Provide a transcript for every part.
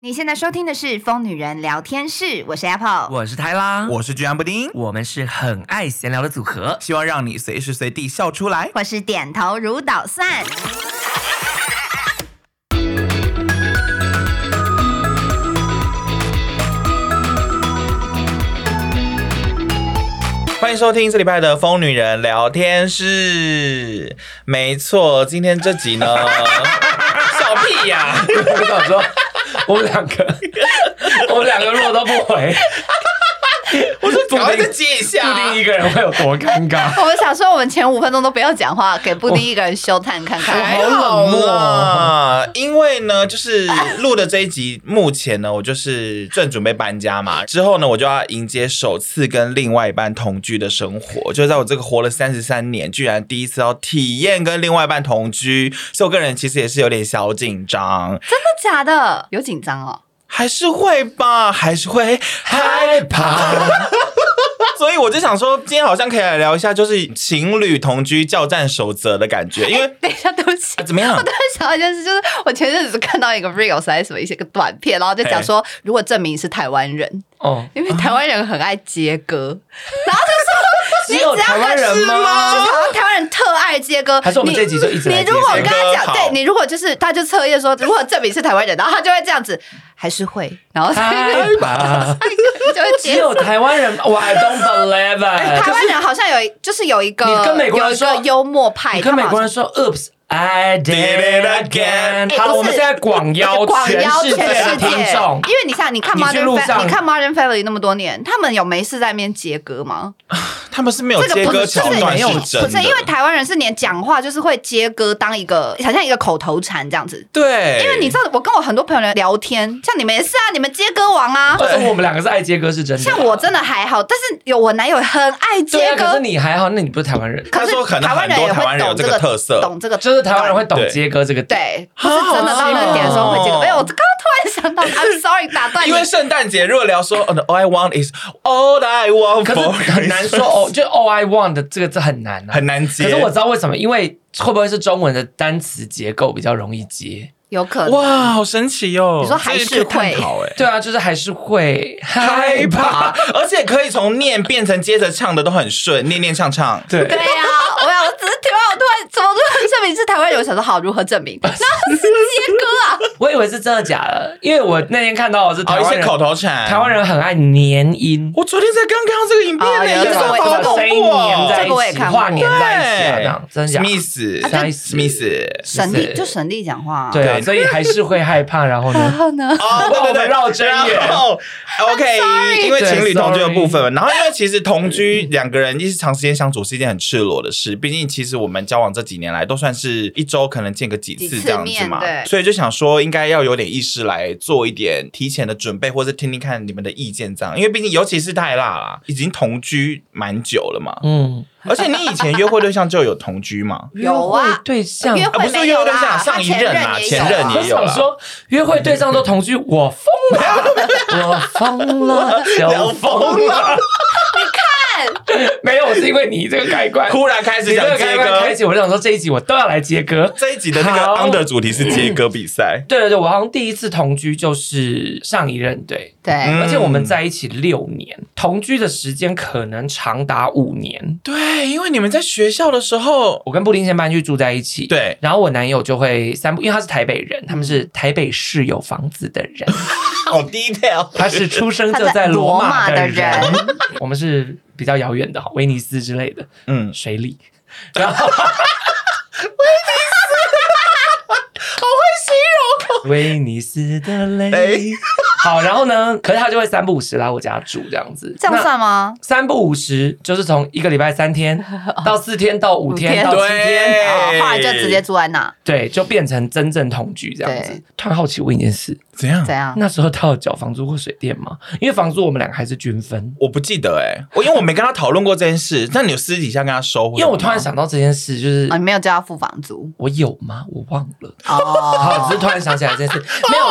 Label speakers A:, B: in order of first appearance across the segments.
A: 你现在收听的是《疯女人聊天室》，我是 Apple。
B: 我是泰拉，
C: 我是居安布丁，
B: 我们是很爱闲聊的组合。
C: 希望让你随时随地笑出来。
A: 或是点头如捣蒜。
C: 欢迎收听这礼拜的《疯女人聊天室》。没错，今天这集呢， 笑屁呀、
D: 我想说，我们两个，我们两个如果都不回， 我说
C: 赶
D: 注
C: 快
D: 定
C: 再接一下
D: 注定一个人会有多尴尬。
A: 我们想说，我们前五分钟都不要讲话，给布丁一个人休探看 看。
C: 还好
D: 冷漠
C: 啦，因为呢，就是录的这一集，目前呢，我就是正准备搬家嘛，之后呢，我就要迎接首次跟另外一半同居的生活，就在我这个活了三十三年，居然第一次要体验跟另外一半同居，所以我个人其实也是有点小紧张，
A: 真的假的？有紧张哦。
C: 还是会吧，还是会害怕。 所以我就想说，今天好像可以来聊一下，就是情侣同居交战守则的感觉，因为、
A: 等一下，对不起
C: 啊、。怎么样
A: 我？突然想到一件事，就是我前阵子看到一个 reels 还是什么一些个短片，然后就讲说，如果证明是台湾人，
D: 哦，
A: 因为台湾人很爱接歌，然后就说
D: 只有
A: 你只要
D: 台湾人
A: 是
D: 吗
A: 就好像台湾人特爱接歌，
D: 还是我们这集就一直
A: 你
D: 来
A: 你
D: 接
A: 如果
D: 歌
A: 跟他
C: 接歌
A: 讲，
C: 好
A: 对你如果就是他就测验说，如果证明是台湾人，然后他就会这样子，还是 会，然后
D: 害怕，
A: 就会
D: 只
A: 接。
D: 有台湾人，我 I don't believe
A: 台
D: it。
A: 湾人好像有一就是有一个
D: 哎你跟美国人
A: 有一个
D: 说
A: 幽默派，
D: 你跟美
A: 他
D: 国
A: 们好
D: 人
A: 像
D: 说，Oops。I did it again。
A: 哎
D: 好了，
A: 不是
D: 我们现在广邀
A: 广
D: 全
A: 邀
D: 世界的
A: 世界，
D: 听众
A: 因，为你像你看
D: 你去
A: Modern
D: 路上
A: Family，你看 Modern Family 那么多年，他们有没事在那边接歌吗？
C: 他们是没有
A: 这
C: 接
A: 个不
C: 哦歌
A: 是
C: 桥
A: 这个
C: 段，
A: 没有
C: 是真
A: 不是
C: 的，
A: 因为台湾人是连讲话就是会接歌当一个，好像一个口头禅这样子。
C: 对，
A: 因为你知道，我跟我很多朋友聊天，像你们也是啊，你们接歌王啊。
D: 为什么我们两个是爱接歌是真的？
A: 像我真的还好，但是有我男友很爱
D: 对
A: 接
D: 啊，可
A: 歌
D: 是，你还好，那你不是台湾人，
C: 他说可能
A: 台
C: 很
A: 湾人
C: 多
A: 也
C: 台湾
A: 会
C: 人有
A: 懂
C: 这
A: 这
C: 个
A: 个
C: 特色，
A: 懂这个，
D: 就是台湾人会懂
C: 对
D: 接歌这个点。
A: 对，不是真的到那个点的时候会接歌。
C: 好好笑哦
A: 没有，我刚刚突然想到，I'm sorry，打断你
C: 因。为圣诞节如果聊说，哦，all I want is all I want，
D: 可
C: for
D: 是很难
C: Christmas
D: 说哦，就 all I want 的这个字很难啊，
C: 很难接。
D: 可是我知道为什么，因为会不会是中文的单词结构比较容易接？
A: 有可能，
C: 哇，好神奇哦！
A: 你说还是
C: 这也可以
A: 会
C: 探讨哎，
D: 对啊，就是还是会
C: 害 怕，，而且可以从念变成接着唱的都很顺，念念唱唱。
D: 对
A: 对，哎呀、我想，我只是听完，我突然怎么突然证明是台湾人？我想说，好，如何证 明？然后是接歌啊，
D: 我以为是真的假的，因为我那天看到的是台
C: 哦，一
D: 湾
C: 些
D: 人，
C: 口头禅。
D: 台湾，人很爱粘音，
C: 我昨天才刚看到这个影
A: 哦
C: 片呢，
A: 有这个
C: 也是
A: 我也
C: 好
A: 看过
C: 恐
D: 声
C: 怖
D: 粘
C: 哦。
D: 在
A: 这个我也
D: 一起，啊
A: 看过
D: 画粘在一起啊，这样真的假的？
C: Smith
D: 啥意思
C: Smith，
A: 省
D: 是
A: 力就省力讲话、啊。
D: 对啊，
C: 对
D: 所以还是会害怕，然后
A: 然
D: 呢？
A: 后呢？
C: 哦， 对对对，
D: 绕真远
C: 然后 OK，因为情侣同居的部分嘛，然后因为其实同居两个人一直长时间相处是一件很赤裸的事，毕竟其实我们交往这几年来都算是一周可能见个几次这样
A: 几
C: 子
A: 次面
C: 嘛
A: 对，。
C: 所以就想说应该要有点意识来做一点提前的准备，或者听听看你们的意见这样，因为毕竟尤其是太辣啦，已经同居蛮久了嘛，
D: 嗯，
C: 而且你以前约会对象就有同居嘛
D: 约
A: 有啊
D: 会对象
A: 约。
C: 啊，
A: 会
C: 不是
A: 没
C: 约
A: 有
C: 会对
A: 啦
C: 象，上一任
A: 他
C: 啊，
A: 前
C: 前
A: 任也有
C: 任
A: 啊
D: 我
C: 也有
D: 想
C: 啦。
D: 说，约会对象都同居，我疯了， 我疯了，
C: 聊
D: 我
C: 疯了，
D: 没有，是因为你这个改 观，
C: 突然开始
D: 你这
C: 想
D: 个
C: 接
D: 开关
C: 歌，
D: 开启，我就想说这一集我都要来接歌。
C: 这一集的那个
D: 好，
C: under 主题是接歌比赛
D: 对对对，我好像第一次同居就是上一任对，
A: 对，
C: 嗯
D: 而且我们在一起六年，同居的时间可能长达五年。
C: 对，因为你们在学校的时候，
D: 我跟布丁先搬去住在一起，
C: 对
D: 然后我男友就会散步，因为他是台北人，他们是台北市有房子的人，
C: 好 detail，
D: 他是出生就
A: 他
D: 在
A: 在
D: 罗马的
A: 罗马
D: 人， 我们是比较遥远的威尼斯之类的
C: 嗯，
D: 水里，然后威尼斯的
C: 哎
D: 泪。好，然后呢？可是他就会三不五时来我家住这样子，
A: 这样
D: 那
A: 算吗？
D: 三不五时就是从一个礼拜三天到四天到五
A: 五天
D: 天到七天，
C: 对
A: 哦，后来就直接住在那，
D: 对，就变成真正同居这样
A: 对
D: 子。突然好奇问一件事，
C: 怎样
A: 怎？样？
D: 那时候他有缴房租或水电吗？因为房租我们两个还是均分。
C: 我不记得哎、我因为我没跟他讨论过这件事，但你有私底下跟他收回吗？
D: 因为我突然想到这件事，就是
A: 啊、你没有叫他付房租
D: 我有吗？我忘了。好，
A: 哦
D: 啊只是。突然想起来这件事，没有。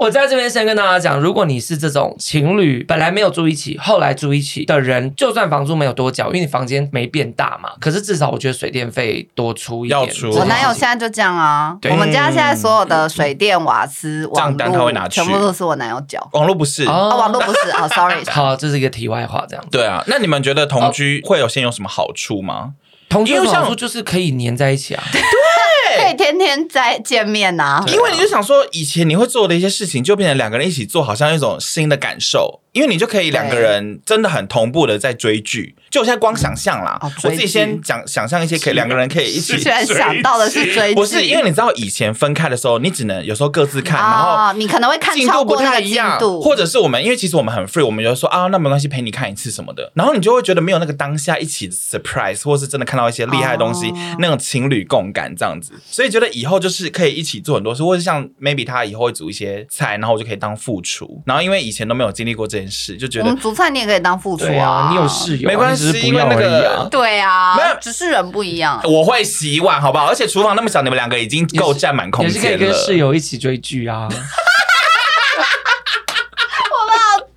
D: 我在这边先跟大家讲，如果你是这种情侣，本来没有住一起，后来住一起的人，就算房租没有多缴，因为你房间没变大嘛，可是至少我觉得水电费多出一点。
A: 哦
C: 要出
A: 我男友现在就这样啊，
D: 对
A: 我们家现在所有的水电、瓦斯、网
C: 嗯账单他他会拿去
A: 全。部都是我男友缴。
C: 网络不是，
A: 哦，
D: 哦
A: 网络不是哦，sorry，
D: 好，这是一个题外话，这样。
C: 对啊。那你们觉得同居会有先有什么好处吗？
D: 同居
C: 因
D: 的
C: 为像
D: 好处就是可以黏在一起啊，
A: 可以天天在见面啊呐、
C: 因为你就想说，以前你会做的一些事情，就变成两个人一起做，好像一种新的感受。因为你就可以两个人真的很同步的在追剧，就我现在光想象啦，
A: 哦
C: 我
A: 追
C: 自己
A: 剧啊
C: 先想想象一些可以两个人可以一 起
A: 居然想到的是追剧，
C: 不是因为你知道以前分开的时候，你只能有时候各自看，然后。
A: 哦，你可能会看
C: 进
A: 超
C: 度不
A: 过那
C: 太
A: 个
C: 一
A: 进
C: 样，
A: 度，
C: 或者是我们，因为其实我们很 free，我们就说啊，那没关系，陪你看一次什么的，然后你就会觉得没有那个当下一起 surprise，或是真的看到一些厉害的东西，
A: 哦
C: 那种情侣共感这样子，所以觉得以后就是可以一起做很多事，或者像 maybe 他以后会煮一些菜，然后我就可以当副厨，然后因为以前都没有经历过这件事，就觉
A: 我
C: 得
A: 们煮菜你也可以当副厨
D: 对啊，你有室友啊，
C: 没关系
D: 你只是不要而
C: 因为
D: 已
C: 那
D: 啊
C: 个。
A: 对啊
C: 没有，
A: 只是人不一样。
C: 我会洗碗，好不好？而且厨房那么小，你们两个已经够占满空
D: 也是可以
C: 间
D: 跟
C: 了。
D: 室友一起追剧 啊。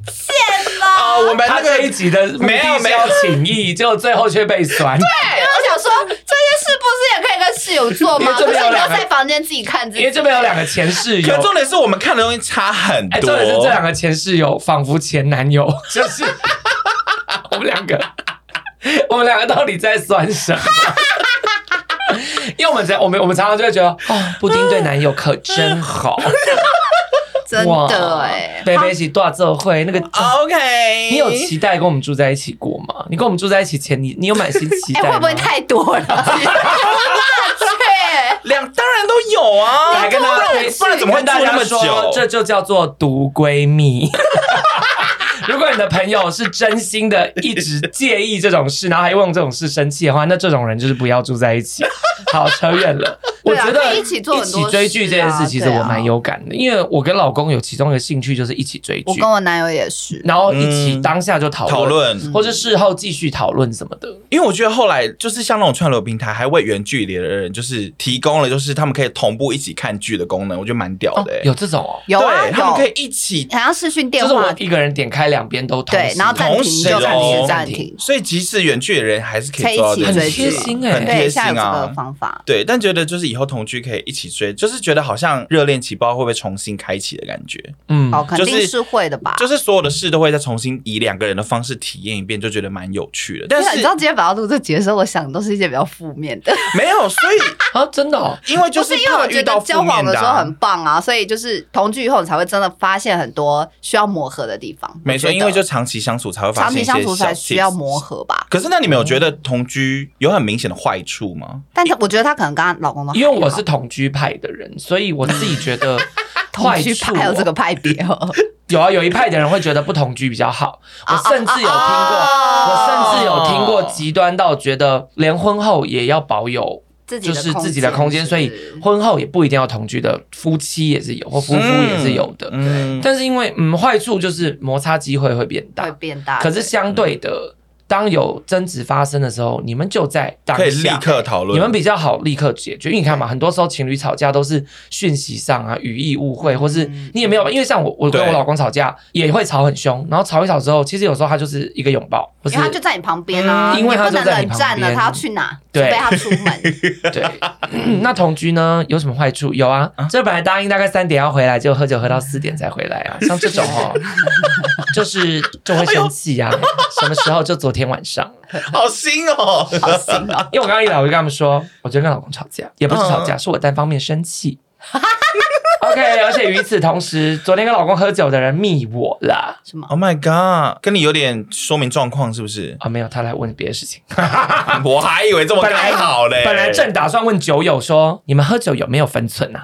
A: 天哪！
C: 啊，我们
D: 他
C: 那
D: 这
C: 个
D: 一集的目
C: 没有
D: 的是
C: 没有
D: 要情谊，结果最后却被酸。
C: 哎
A: 我想说这件事不是也可以跟室友做吗？
D: 因为
A: 可
D: 这
A: 是
D: 边有
A: 你要
D: 两个
A: 在房间自己看自己，
D: 因为这边有两个前室友
C: 可，重点是我们看的东西差很
D: 哎，
C: 多。
D: 重点是这两个前室友仿佛前男友， 就是我们两个，我们两个到底在酸什么？ 因为我们在我们我们常常就会觉得，哦，布丁对男友可真 好，
A: 真的哎、
D: 北北一起大奏会那个。
C: OK，
D: 你有期待跟我们住在一起过吗？你跟我们住在一起前，你你有满心期待
A: 哎、
D: 吗？
A: 会不会太多了？确
C: 两当然都有啊
D: 来，跟大家
C: 不然不然怎么会住
D: 大
C: 那
D: 家
C: 么
A: 哦
D: 说，这
C: 久？
D: 就叫做毒闺蜜。 如果你的朋友是真心的，一直介意这种事，然后还用这种事生气的话，那这种人就是不要住在一起。 好，扯远了。我
A: 对啊
D: 觉得
A: 可以一起做很多
D: 一起追剧这件
A: 事啊
D: 事，其实
A: 对
D: 我
A: 啊
D: 蛮有感的，因为我跟老公有其中一个兴趣就是一起追
A: 我
D: 剧
A: 跟，我男友也是，
D: 然后一起当下就讨
C: 嗯讨
D: 论，
A: 嗯
C: 论，
D: 或是事后继续讨论什么的。
C: 因为我觉得后来就是像那种串流平台，还为远距离的人就是提供了，就是他们可以同步一起看剧的功能，我觉得蛮屌
D: 哦
C: 的、欸。
D: 有这种哦，
A: 有啊
C: 对，他们可以
A: 有，
C: 一起，
A: 好像视讯电
D: 就是我
A: 话，
D: 一个人点开两边都同
A: 对，
D: 时
A: 然后暂
C: 同
A: 停
C: 时
A: 就暂
C: 哦
A: 停暂停，
C: 所以即使远距离的人还是可
A: 可以
C: 以做到
A: 一起
C: 这件
A: 追
C: 事
A: 剧
C: 啊
A: 很贴
D: 心欸
C: 很
A: 对，
C: 贴
A: 现
C: 心
A: 在有这
C: 啊
A: 个。方法。
C: 对，但觉得就是以后同居可以一起追，就是觉得好像热恋期不知道会不会重新开启的感觉。
D: 嗯
A: 哦，肯
C: 就
A: 定
C: 是
A: 是会的吧？
C: 就是所有的事都会再重新以两个人的方式体验一遍，就觉得蛮有趣的。但
A: 因为你
C: 是
A: 知道今天把它录这集的时候，我想的都是一些比较负面的，
C: 没有，所以
D: 啊，真的哦。
C: 因为就
A: 不是因为
C: 怕
A: 我
C: 遇
A: 觉
C: 到
A: 得
C: 负
A: 交
C: 面
A: 往的时候
C: 啊
A: 很棒啊，所以就是同居以后你才会真的发现很多需要磨合的地方。
C: 没错，
A: 我觉
C: 因
A: 得
C: 为就长期相处才会发
A: 长
C: 现
A: 期
C: 一些
A: 相处
C: 小
A: 才需要
C: tips
A: 磨。合嗯吧。
C: 可是那你们有觉得同居有很明显的坏处吗？
A: 但她我觉得她可能跟她老公都还好
D: 因为我是同居派的人，所以我自己觉得
A: 同
D: 坏
A: 居
D: 处
A: 派，还有这个派别哦，
D: 有啊，有一派的人会觉得不同居比较好。 我
A: 啊
D: 甚至有听过，
A: 啊
D: 我甚至有听过极端到觉得连婚后也要保有，
A: 自己
D: 就是自己的空间，所以
A: 是
D: 婚后也不一定要同居的，夫妻也是有，或夫妇也是有的。
C: 嗯，
D: 但是因为嗯，坏处就是摩擦机会会变
A: 会
D: 大，
A: 变大。
D: 可是相对的，当有争执发生的时候，你们就在当
C: 可以立
D: 下。
C: 刻讨论。
D: 你们比较好立刻解决，因为你看嘛，很多时候情侣吵架都是讯息上啊、语义误会，或是
A: 嗯
D: 你也没有，因为像我，我跟
C: 对
D: 我老公吵架也会吵很凶，然后吵一吵之后，其实有时候他就是一个拥抱，或是
A: 因为他就在你旁边啊，
D: 嗯因为
A: 你
D: 他
A: 不
D: 就
A: 能
D: 在你
A: 冷
D: 旁边
A: 战了，他要去哪？除
D: 对
A: 非他 出门。
D: 对、 嗯那同居呢有什么坏处？有啊，这本来答应大概三点要回来，结果喝酒喝到四点才回来 啊，像这种哦，就是就会生气 啊，什么时候？就昨天晚上，
C: 好新哦，
A: 好心哦，
D: 因为我刚刚一来我就跟他们说，我就跟老公吵架，也不是吵架，是我单方面生气。OK，而且与此同时，昨天跟老公喝酒的人密我啦。
A: 什么？
C: Oh my god，跟你有点说明状况是不是？
D: 啊、没有，他来问别的事情。
C: 我还以为这么
D: 本来
C: 刚好嘞，
D: 本来正打算问酒友说，你们喝酒有没有分寸呐、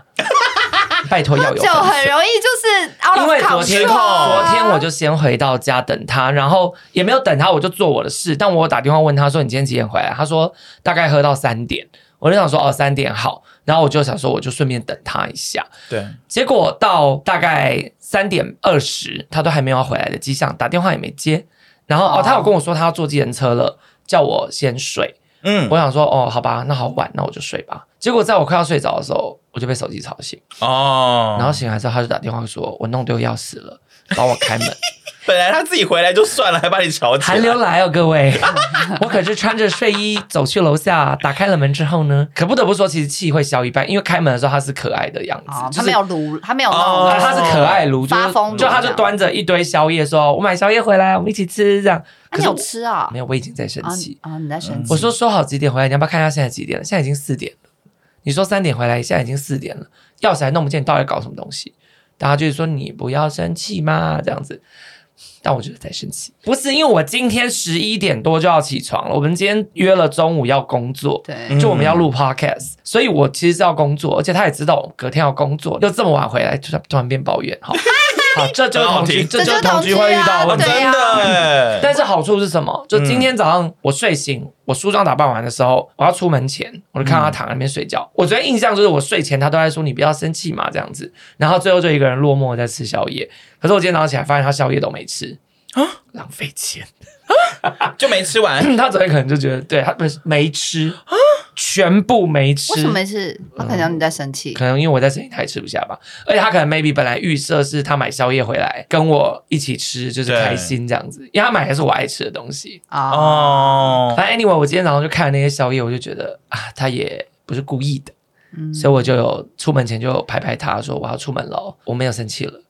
D: 拜托要有
A: 就
D: 分
A: 很
D: 寸。
A: 容易就是
D: 因
A: out of
D: 为昨天，
A: control
D: 昨
A: 啊
D: 天我就先回到家等他，然后也没有等他，我就做我的事。但我有打电话问他说：“你今天几点回来？”他说：“大概喝到三点。”我就想说：“哦，三点好。”然后我就想说，我就顺便等他一下。
C: 对，
D: 结果到大概三点二十，他都还没有要回来的迹象，打电话也没接。然后哦，
A: 哦
D: 他有跟我说他要坐计程车了，叫我先睡。
C: 嗯，
D: 我想说哦，好吧，那好晚，那我就睡吧。结果在我快要睡着的时候，我就被手机吵醒，
C: 哦，
D: 然后醒来之后，他就打电话说，我弄丢钥匙了，帮我开门。
C: 本来他自己回来就算了，还把你吵起来。
D: 寒流来哦，各位！我可是穿着睡衣走去楼下，打开了门之后呢，可不得不说，其实气会消一半，因为开门的时候他是可爱的样子，
A: 哦，
D: 就
A: 他
D: 是
A: 没有炉，他没有
C: 哦
A: 那
D: 啊，
A: 种，
D: 他是可爱炉，就
A: 哦发
D: 是
A: 疯炉
D: 就他
A: 这
D: 就
A: 样
D: 端着一堆宵夜说：“我买宵夜回来，我们一起吃。”这样，
A: 啊
D: 可
A: 你
D: 是
A: 有
D: 我
A: 吃啊？
D: 没有，我已经在生
A: 啊
D: 气。
A: 啊！你在生气？
D: 我说说好几点回来，你要不要看一下现在几点了？现在已经四点了。你说三点回来，现在已经四点了，钥匙还弄不见，你到底搞什么东西？大家就是说你不要生气嘛，这样子。但我觉得在生气，不是因为我今天十一点多就要起床了，我们今天约了中午要工作，
A: 对
C: 嗯，
D: 就我们要录 podcast，、所以我其实是要工作，而且他也知道我隔天要工作，又这么晚回来，就突然变抱怨， 好，好，这就是同居，
A: 这
D: 就是
A: 是
D: 同
A: 同
D: 居会遇到的问题。
A: 居啊对
C: 哦真
A: 啊
C: 的耶，
D: 但是好处是什么？就今天早上我睡醒，我梳妆打扮完的时候，我要出门前，我就看到他躺在那边睡觉。我昨天印象就是我睡前他都在说你不要生气嘛这样子，然后最后就一个人落寞地在吃宵夜。可是我今天早上起来发现他宵夜都没吃啊，浪费钱。
A: 啊
C: 就没吃完。
D: 他昨天可能就觉得对他不是没吃啊，全部没吃。
A: 为什么没事？他可能你在生气
D: 可能因为我在生意，他也吃不下吧，而且他可能 maybe 本来预设是他买宵夜回来跟我一起吃，就是开心这样子，因为他买的是我爱吃的东西。
A: 啊。
C: 哦，
D: 反正 anyway，我今天早上就看了那些宵夜，我就觉得啊，他也不是故意的，
A: 嗯
D: 所以我就有出门前就有拍拍他说我要出门了，我没有生气了，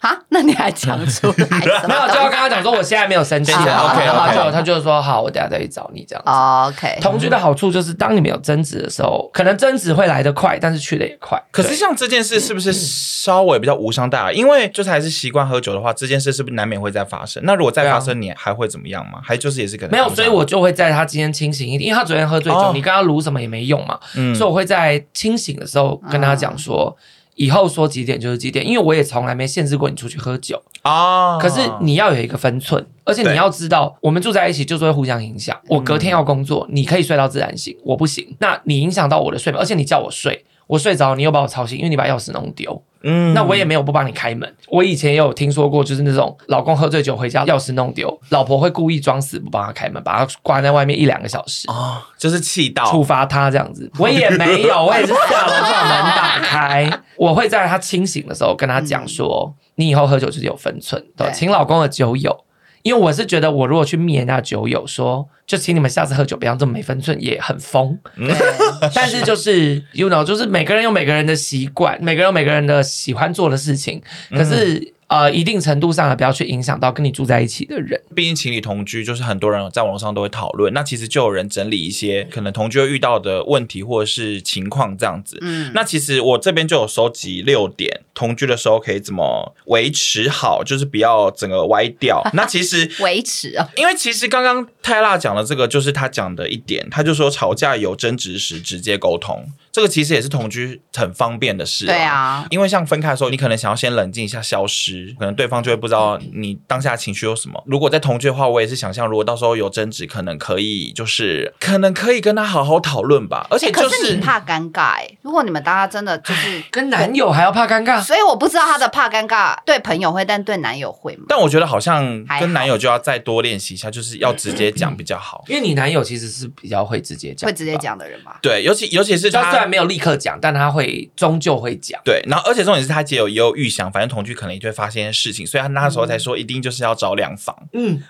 A: 啊，那你还讲 出来什
D: 没有，
A: 么
D: 就要跟他讲说我现在没有生气了，
C: 真的
D: 然后
C: OK，OK 哦
D: 然后就他就说好，我等下再去找你这样子。
A: 哦？OK，
D: 同居的好处就是，当你们有争执的时候，可能争执会来得快，但是去的也快。
C: 可是像这件事是不是稍微比较无伤大雅？因为就是还是习惯喝酒的话，这件事是不是难免会再发生？那如果再发
D: 对
C: 生，你还会怎么样吗？还就是也是可能
D: 没有，
C: 影响
D: 所以我就会在他今天清醒一点，因为他昨天喝醉酒，
C: 哦
D: 你跟他撸什么也没用嘛，
C: 嗯
D: 所以我会在清醒的时候跟他讲说。以后说几点就是几点，因为我也从来没限制过你出去喝酒。
C: 哦，
D: 可是你要有一个分寸，而且
C: 对嗯
D: 你要知道，我们住在一起就是会互相影响。我隔天要工作，你可以睡到自然醒，我不行。那你影响到我的睡眠，而且你叫我睡，我睡着你又把我吵醒，因为你把钥匙弄丢。
C: 嗯
D: 那我也没有不帮你开门。我以前也有听说过，就是那种老公喝醉酒回家钥匙弄丢，老婆会故意装死不帮他开门，把他关在外面一两个小时，
C: 哦，就是气到
D: 处罚他这 样子。我也没有，我也是下楼把门打开。我会在他清醒的时候跟他讲
C: 嗯
D: 说，你以后喝酒就是有分寸的，
A: 对
D: 请老公的酒友。因为我是觉得，我如果去灭人家酒友说，就请你们下次喝酒不要这么没分寸，也很疯。
C: 嗯
A: 对
D: 但是就是 you know，就是每个人有每个人的习惯，每个人有每个人的喜欢做的事情。可是、呃，一定程度上呢，不要去影响到跟你住在一起的人。
C: 毕竟情侣同居，就是很多人在网络上都会讨论。那其实就有人整理一些可能同居会遇到的问题或者是情况这样子。
A: 嗯，
C: 那其实我这边就有收集六点，同居的时候可以怎么维持好，就是不要整个歪掉。那其实
A: 维持哦，
C: 因为其实刚刚泰辣讲的这个，就是他讲的一点，他就说吵架有争执时直接沟通，这个其实也是同居很方便的事、
A: 对。啊，
C: 因为像分开的时候，你可能想要先冷静一下，消失，可能对方就会不知道你当下情绪有什么。如果在同居的话，我也是想象，如果到时候有争执，可能可以就是可能可以跟他好好讨论吧。而且
A: 哎
C: 就
A: 可
C: 是,、
A: 是你怕尴尬哎，如果你们大家真的就是
D: 跟男友还要怕尴尬，
A: 所以我不知道他的怕尴尬对朋友会，但对男友会吗？
C: 但我觉得好像
A: 还好
C: 跟男友就要再多练习一下，就是要直接讲比较好。
D: 因为你男友其实是比较会直接讲，
A: 会直接。讲的人吗？
C: 对，尤其尤其是
D: 他
C: 他
D: 虽然没有立刻讲，但他会终究会讲。
C: 对，然后而且重点是他姐有也有预想，反正同居可能也就会发现事情，所以他那时候才说一定就是要找两房。
D: 嗯，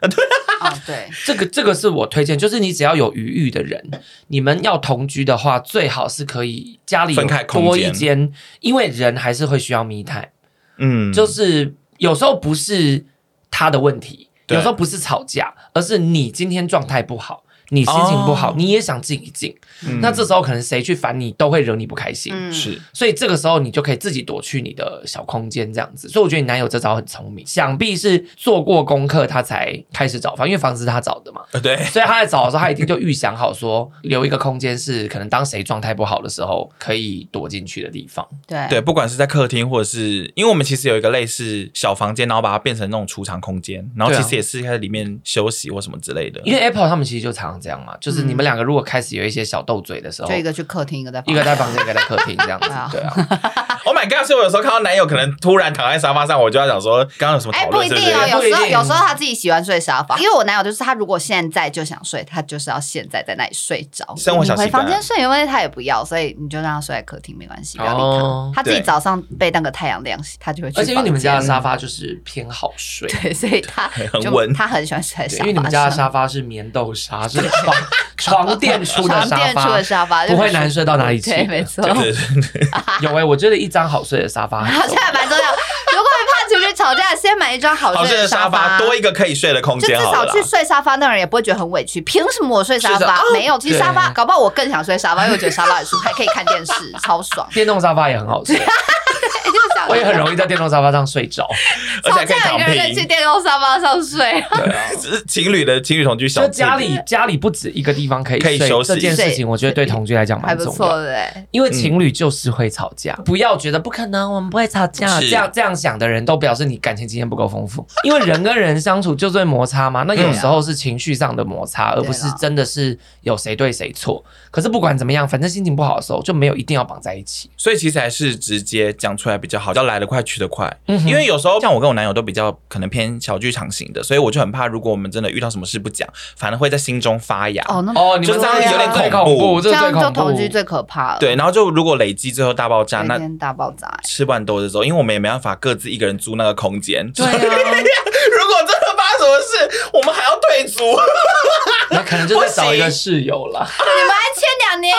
A: 哦， 对，
D: 这个这个是我推荐，就是你只要有余裕的人，你们要同居的话，最好是可以家里有
C: 分开空
D: 多
C: 间
D: 一间，因为人还是会需要 me time。
C: 嗯，
D: 就是有时候不是他的问题，
C: 对
D: 有时候不是吵架，而是你今天状态不好，你心情不好，
C: 哦
D: 你也想静一静。
C: 嗯
D: 那这时候可能谁去烦你，都会惹你不开心。
A: 嗯，
C: 是
D: 所以这个时候你就可以自己躲去你的小空间这样子，所以我觉得你男友哎这招很聪明，想必是做过功课他才开始找房，因为房子是他找的嘛，
C: 呃对，
D: 所以他在找的时候他一定就预想好说留一个空间是可能当谁状态不好的时候可以躲进去的地方。
A: 对
C: 对，不管是在客厅或者是，因为我们其实有一个类似小房间，然后把它变成那种储藏空间，然后
D: 对啊
C: 其实也是在里面休息或什么之类的。
D: 因为 Apple 他们其实就常常这样嘛，就是
A: 嗯
D: 你们两个如果开始有一些小斗嘴的时候，
A: 就一个去客厅，一个在房
D: 一个在房间，一个在客厅这样子
A: 对啊，
D: 对啊，
C: Oh my god！所以我有时候看到男友可能突然躺在沙发上，我就要想说，刚刚有什么
A: 哎、
C: 讨
A: 不
C: 论？
A: 一
C: 是不
A: 定
C: 是？
A: 哦，有
D: 不一
A: 时候
D: 定
A: 有时候他自己喜欢睡沙发，因为我男友就是他如果现在就想睡，他就是要现在在那里睡着。
C: 生活小
A: 你回
C: 习惯
A: 房间睡，因为他也不要，所以你就让他睡在客厅没关系，不要理他。
D: 哦
A: 他自己
C: 对
A: 早上被那个太阳亮醒，他就会去
D: 而
A: 房
D: 且
A: 间。
D: 因为你们家的沙发就是偏好睡，
A: 对，所以他
C: 很
A: 就
C: 稳
A: 他很喜欢睡在
D: 对
A: 沙
D: 因
A: 发
D: 为你们家的
A: 上
D: 沙发是棉豆沙， 是床床垫出的
A: 床
D: 沙
A: 垫出
D: 发
A: 的，沙发
D: 不会难睡到哪里去
A: 对，没错，
C: 对对对，
D: 有哎，我觉得一张好睡的沙发很
A: 好
D: 重
A: 像
D: 要。
A: 还蛮重要。如果你怕情侣吵架，先买一张好
C: 好睡
A: 的
C: 的沙发
A: 发，
C: 多一个可以睡的空
A: 就至
C: 间好
A: 少
C: 了啦。
A: 去睡沙发，那人也不会觉得很委屈。凭什么我睡沙
C: 是的
A: 发
C: 啊？
A: 没有，其实
D: 对
A: 沙发搞不好我更想睡沙发，因为我觉得沙发很舒服，还可以看电视，超爽。
D: 电动沙发也很好 睡，
A: 哎就想
D: 我也很容易在电动沙发上睡着。
C: 而且
A: 吵
C: 还可以
A: 架，有
C: 躺
A: 一个人可以去
C: 平，啊
A: 电动沙发上睡，
C: 这是情侣的情侣同居小
D: 就
C: 字典
D: 家里家里不止一个地方可以
C: 可以
D: 睡
C: 休息
D: 这件事情，我觉得对同居来讲
A: 还
D: 蛮
A: 不
D: 重
A: 错
D: 要。
A: 的欸。
D: 因为情侣就是会吵架，嗯不要觉得不可能，我们不会吵架。
C: 是
D: 这样这样想的人都表示你感情经验不够丰 富，因为人跟人相处就是会摩擦嘛。那有时候是情绪上的摩擦，而不是真的是有谁对谁错。可是不管怎么样，反正心情不好的时候就没有一定要绑在一起。
C: 所以其实还是直接讲出来比较好，要来得快去得快。
D: 嗯哼
C: 因为有时候像我跟我男友都比较可能偏小剧场型的，所以我就很怕，如果我们真的遇到什么事不讲，反而会在心中发芽。
A: 哦，那
D: 哦，你们
C: 就这样有点
D: 最
C: 恐
D: 恐
C: 怖
D: 怖，这
A: 这
D: 个最
A: 样就
D: 恐怖。啊
A: 同居最可怕了。
C: 对，，然后就如果累积最后大爆炸，
A: 那
C: 那
A: 天大爆炸欸。
C: 吃完兜着走，因为我们也没办法各自一个人租那个空间。
D: 对啊，
C: 如果真的发生什么事，我们还要退租。
D: 那可能就再找一
C: 不行
D: 个室友啦。
A: 你们还签两年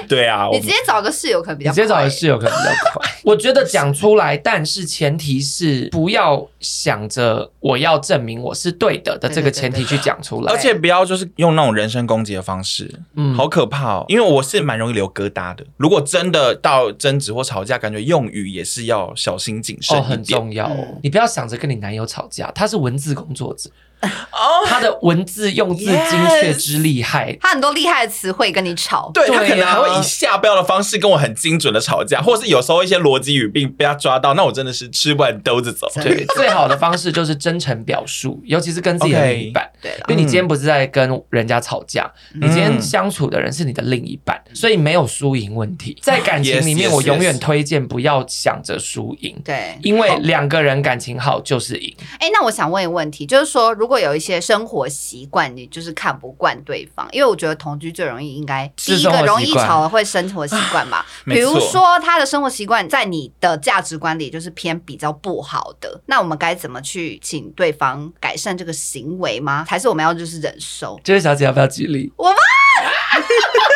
A: 约，
C: 对啊，我
A: 你
C: 们
A: 直接找个室友可能比较
D: 你直接找
A: 快
D: 的室友可能比较快。我觉得讲出来，但是前提是不要想着我要证明我是对的的这个前提去讲出来。
C: 而且不要就是用那种人身攻击的方式，
D: 嗯
C: 好可怕哦！因为我是蛮容易留疙瘩的。如果真的到争执或吵架，感觉用语也是要小心谨慎
D: 哦，
C: 一
D: 很
C: 点。
D: 重要哦
A: 嗯。
D: 你不要想着跟你男友吵架，他是文字工作者，
C: 哦
D: 他的文字用字精确之厉害。
A: 他很多厉害的词汇跟你吵，
C: 对
D: 对
C: 他
D: 啊
C: 可能还会以下标的方式跟我很精准的吵架，或是有时候一些逻辑语病被他抓到，那我真的是吃不完兜着走。
A: 真的
D: 对，最好的方式就是真诚表述，尤其是跟自己的另一半。
A: 对了
D: 因为
C: 嗯
D: 你今天不是在跟人家吵架，
A: 嗯
D: 你今天相处的人是你的另一半，所以没有输赢问题。在感情里
C: Yes,
D: 面，
C: yes,
D: 我永远
C: yes
D: 推荐不要想着输赢，
A: 对，
D: 因为两个人感情好就是赢。
A: 哎、那我想问一个问题，就是说，如果有一些生活习惯，你就是看不惯对方，因为我觉得同居最容易应该第
D: 是
A: 一个
D: 生活
A: 容易
D: 习惯
A: 吵的会生活习惯 吧，
C: 没
A: 比如
C: 错
A: 说他的生活习惯在你的价值观里就是偏比较不好的，那我们该怎么去请对方改善这个行为吗？还是我们要就是忍受？
D: 这位小姐要不要举例？
A: 我吗？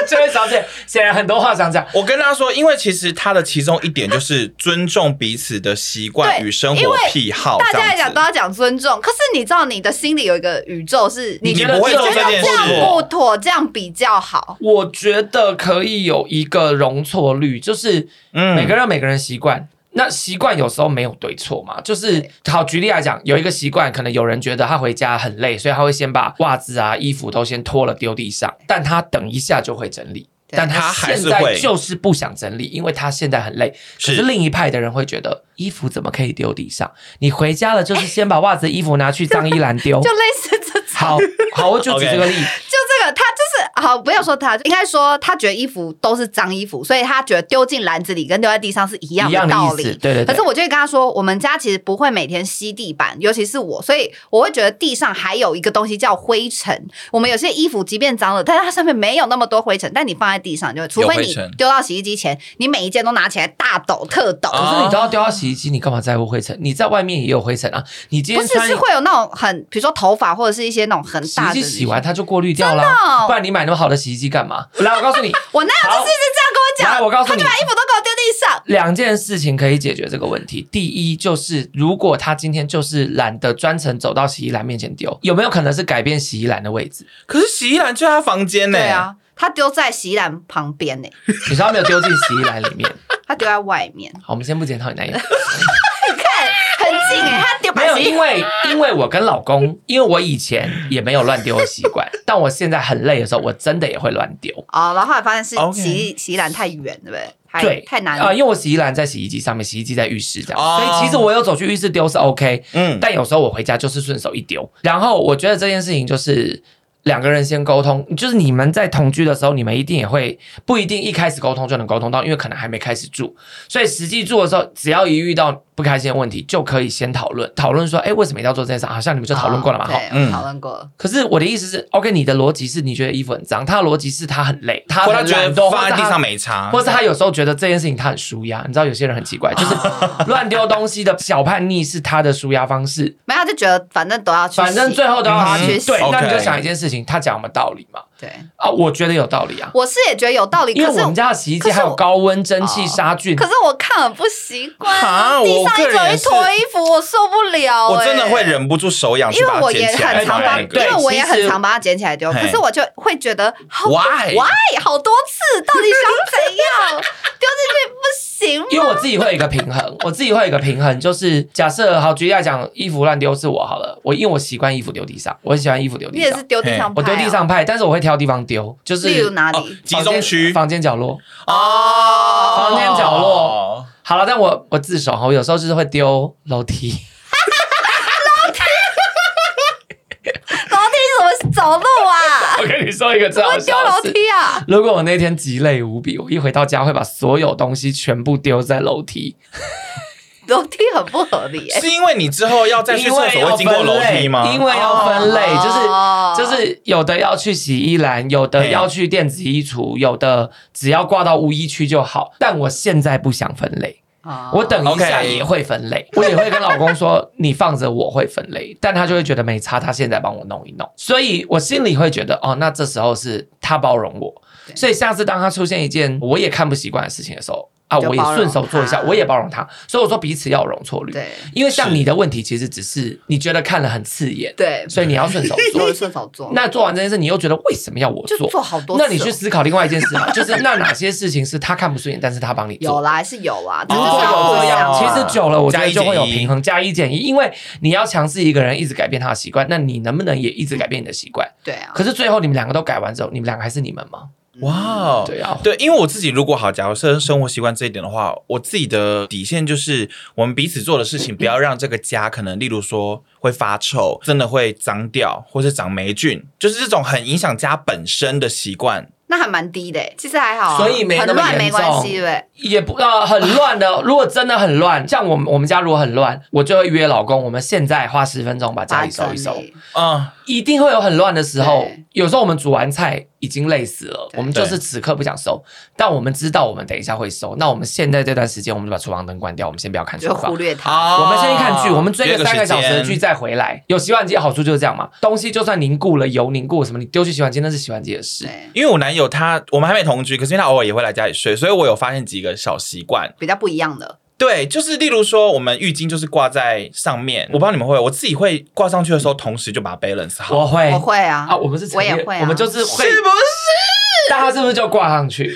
D: 这位小姐显然很多话想讲。
C: 我跟他说，因为其实他的其中一点就是尊重彼此的习惯
A: 对
C: 与生
A: 因
C: 活
A: 为
C: 癖好，
A: 大
C: 这
A: 家来
C: 样
A: 讲
C: 子
A: 都要讲尊重，可是你知道你的心里有一个宇宙是
D: 你
C: 你
D: 觉得
C: 不会
D: 这
C: 做
A: 觉
C: 这
A: 得
C: 件
A: 这样
C: 事，
A: 不妥，这样比较好。
D: 我觉得可以有一个容错率，就是
C: 嗯
D: 每个人有每个人习惯。那习惯有时候没有对错嘛，就是好举例来讲，有一个习惯，可能有人觉得他回家很累，所以他会先把袜子啊、衣服都先脱了丢地上，但他等一下就会整理，
A: 对
D: 但
C: 他还
D: 现
C: 是
D: 在
C: 会
D: 就是不想整理，因为他现在很累。可
C: 是
D: 是另一派的人会觉得衣服怎么可以丢地上？你回家了就是先把袜子、衣服拿去脏衣篮丢。
A: 就类似这种，
D: 好好，我就举这个例子。
A: 就这个，他就是好，不要说他，应该说他觉得衣服都是脏衣服，所以他觉得丢进篮子里跟丢在地上是一样
D: 一样的
A: 道
D: 意
A: 理。
D: 思对对对
A: 可是我就会跟他说，我们家其实不会每天吸地板，尤其是我，所以我会觉得地上还有一个东西叫灰尘。我们有些衣服即便脏了，但是它上面没有那么多灰尘，但你放在地上就会，除非
C: 灰
A: 你
C: 尘
A: 丢到洗衣机前，你每一件都拿起来大抖特抖。
C: 啊
D: 可是你都要丢到洗衣机，你干嘛在乎灰尘？你在外面也有灰尘啊！你今
A: 不
D: 天
A: 是，
D: 穿
A: 是会有那种很，比如说头发或者是一些那种很
D: 洗
A: 大
D: 衣
A: 的。
D: 机洗完它就过滤掉啦，
A: 哦
D: 不然你买那么好的洗衣机干嘛？来，我告 诉你，
A: 我那有
D: 好
A: 就是一直这样
D: 来
A: 跟我
D: 我
A: 讲，
D: 告诉
A: 他
D: 你
A: 就把啊衣服都给我丢地上。
D: 两件事情可以解决这个问题。第一就是，如果他今天就是懒得专程走到洗衣篮面前丢，有没有可能是改变洗衣篮的位置？
C: 可是洗衣篮就在他房间呢、
A: 对，啊，他丢在洗衣篮旁边呢、
D: 你说他没有丢进洗衣篮里面？
A: 他丢在外面。
D: 好，我们先不检讨你男友。
A: 你看，很近哎、他丢
D: 没有，
A: 洗
D: 因为因为我跟老公，因为我以前也没有乱丢的习 惯，但我现在很累的时候，我真的也会乱丢。
A: 哦，然后后来发现是
C: OK
A: 洗衣洗衣篮太远，对不对？哦太
D: 对，
A: 太难
D: 啊、
A: 了。
D: 因为我洗衣篮在洗衣机上面，洗衣机在浴室这样，
C: 哦
D: 所以其实我有走去浴室丢是 OK，
C: 嗯，
D: 但有时候我回家就是顺手一丢。然后我觉得这件事情就是两个人先沟通，就是你们在同居的时候，你们一定也会不一定一开始沟通就能沟通到，因为可能还没开始住，所以实际住的时候，只要一遇到不开心的问题，就可以先讨论讨论说，哎，为什么一定要做这件事？好、像你们就讨论过了嘛，好、
A: 啊对，我
C: 嗯
A: 们讨论过了。
D: 可是我的意思是，OK，你的逻辑是你觉得衣服很脏，他的逻辑是他很累，他
C: 或他
D: 很
C: 觉得
D: 懒惰，
C: 放在地上
D: 没。
C: 没差，
D: 或是他有时候觉得这件事情他很舒压，你知道有些人很奇怪， 就是乱丢东西的小叛逆是他的舒压方式，
A: 没有，他就觉得反正都要去洗，
D: 反正最后都要
A: 要
D: 洗
A: 去洗。
D: 对，那你就
C: 嗯 OK
D: 想一件事情，他讲有没有道理嘛？
A: 对，
D: 啊，我觉得有道理啊，
A: 我是也觉得有道理，
D: 因为
A: 欸可是
D: 我们家的洗衣机
A: 可是
D: 还有
A: 我
D: 高温蒸汽
A: 哦
D: 杀菌，
A: 可是我看很不习惯
C: 啊我
A: 地上
C: 个
A: 一
C: 人
A: 整
C: 也
A: 一
C: 是
A: 坨衣服，我受不了、
C: 我真的
A: 欸
C: 会。忍不住手痒
A: 因
C: 去
A: 为
C: 把它
A: 我也
C: 捡起来
A: 很常把，
C: 放在
A: 因
C: 那个
A: 为我也
D: 对其
A: 很
D: 实
A: 常把它捡起来丢，
C: 嘿
A: 可是我就会觉得好
C: Why？
A: why 好多次，到底想怎样？ 丢进去不行
D: 因
A: 吗？
D: 为我自己会有一个平衡， 我自己会有一个平衡，就是假设好，举例来讲，衣服乱丢是我好了，我因为我习惯衣服丢地上，我很喜欢衣服丢
A: 你
D: 地
A: 也
D: 上
A: 是，丢地上、哦
D: 我丢地，上派，但是我会挑地方丢，就是
A: 例如哪
C: 哦
A: 里？
C: 集中区
D: 房间角落。
C: 哦
D: 房间角落。好了，但我我自首哈，我有时候就是会丢楼梯，
A: 楼梯怎么走路啊？
D: 我跟你说一个最好
A: 会
D: 笑
A: 丢楼
D: 的事。
A: 梯啊？
D: 如果我那天极累无比，我一回到家会把所有东西全部丢在楼梯。
A: 楼梯很不合理、欸。
C: 是因为你之后要再去厕所会经过楼梯吗？
D: 因为要分类，
A: 哦
D: 就是就是有的要去洗衣篮，有的
C: 嘿
D: 要去电子衣橱，有的只要挂到无衣区就好。但我现在不想分类，
A: 哦
D: 我等一下
C: OK
D: 也会分类，我也会跟老公说你放着我会分类，但他就会觉得没差，他现在帮我弄一弄，所以我心里会觉得哦，那这时候是他包容我，
A: 对
D: 所以下次当他出现一件我也看不习惯的事情的时候啊，
A: 就
D: 我也
A: 包容
D: 顺手做一下，
A: 他
D: 我也包容他，所以我说彼此要有容错率，
A: 对
D: 因为像
C: 是
D: 你的问题其实只是你觉得看了很刺眼，
A: 对，
D: 所以你要顺手
A: 我
D: 做
A: 是，射手座，
D: 那做完这件事你又觉得为什么要我
A: 就
D: 做？
A: 做好多次哦。
D: 那你去思考另外一件事嘛，就是那哪些事情是他看不顺眼，但是他 帮你做
A: 有啦，还是有啦，只
C: 哦
A: 是
D: 如果
A: 要
D: 有
A: 互
D: 这样，
A: 相
D: 其
A: 嘛
D: 实久了，我觉
C: 加
D: 得
C: 一
D: 就会有
C: 减一
D: 平衡，加一减一，因为你要强制一个人一直改变他的习惯，那你能不能也一直改变你的习惯？
A: 对啊，
D: 可是最后你们两个都改完之后，你们两个还是你们吗？
C: 哇哦，
D: 对啊，
C: 对，因为我自己如果好，假如是生活习惯这一点的话，我自己的底线就是我们彼此做的事情，不要让这个家可能，例如说会发臭，真的会脏掉，或是长霉菌，就是这种很影响家本身的习惯。
A: 那还蛮低的欸，其实还好啊，
D: 所以没那
A: 很
D: 么
A: 乱，
D: 严
A: 没关系
D: 重
A: 对。
D: 也不呃很乱的。如果真的很乱，像我们我们家如果很乱，我就会约老公，我们现在花十分钟把家里收一收
A: 啊把。整理
C: 嗯，
D: 一定会有很乱的时候
A: 对。
D: 有时候我们煮完菜已经累死了，
A: 对
D: 我们就是此刻不想收，但我们知道我们等一下会收。那我们现在这段时间，我们就把厨房灯关掉，我们先不要看厨
A: 就
D: 房
A: 忽。略它。
C: 啊
D: 我们先去看剧，我们追
C: 约
D: 个三个
C: 时
D: 小时的
C: 间
D: 剧再回来。有洗碗机的好处就是这样嘛，东西就算凝固了、油凝固了什么，你丢去洗碗机那是洗碗机的事。
A: 对，
C: 因为我男友他，我们还没同居，可是因为他偶尔也会来家里睡，所以我有发现几个小习惯。
A: 比较不一样的，
C: 对，就是例如说，我们浴巾就是挂在上面，我
D: 嗯
C: 不知道你们会，我自己会挂上去的时候，同时就把它 balance 好。
D: 我会
A: 我会啊
D: 啊，我们是
A: 我
D: 成
A: 也
D: 年
A: 会啊，
D: 我们就是会，
C: 是不是？
D: 大家是不是就挂上
A: 哦
D: 去？
A: 哪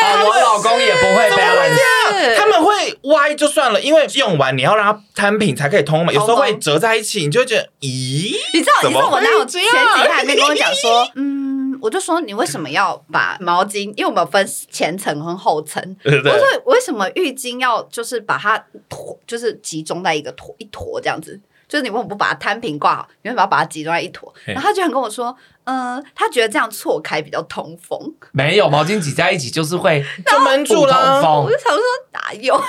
D: 啊，我老公也不会 balance。
A: 有耶？
C: 他们会歪就算了，因为用完你要让它摊平才可以通嘛，有时候会折在一起，你就会觉得，咦，
A: 你知道，
C: 怎
A: 你
C: 么
A: 知道我
C: 会
A: 男友
C: 这
A: 前
C: 样
A: 几天还没跟我讲说， 嗯，我就说你为什么要把毛巾，因为我们有分前层和后层，
C: 对不
A: 我
C: 对？
A: 说为什么浴巾要就是把它坨，就是集中在一个坨一坨这样子？就是你为什么不把它摊平挂好，你为什么要把它集中在一坨？
C: 嘿
A: 然后他居然跟我说，呃，他觉得这样错开比较通风。
D: 没有毛巾挤在一起就是会
C: 就闷住
D: 不
C: 啦。
D: 通
A: 我
D: 风
A: 就。想说哪有？ 我当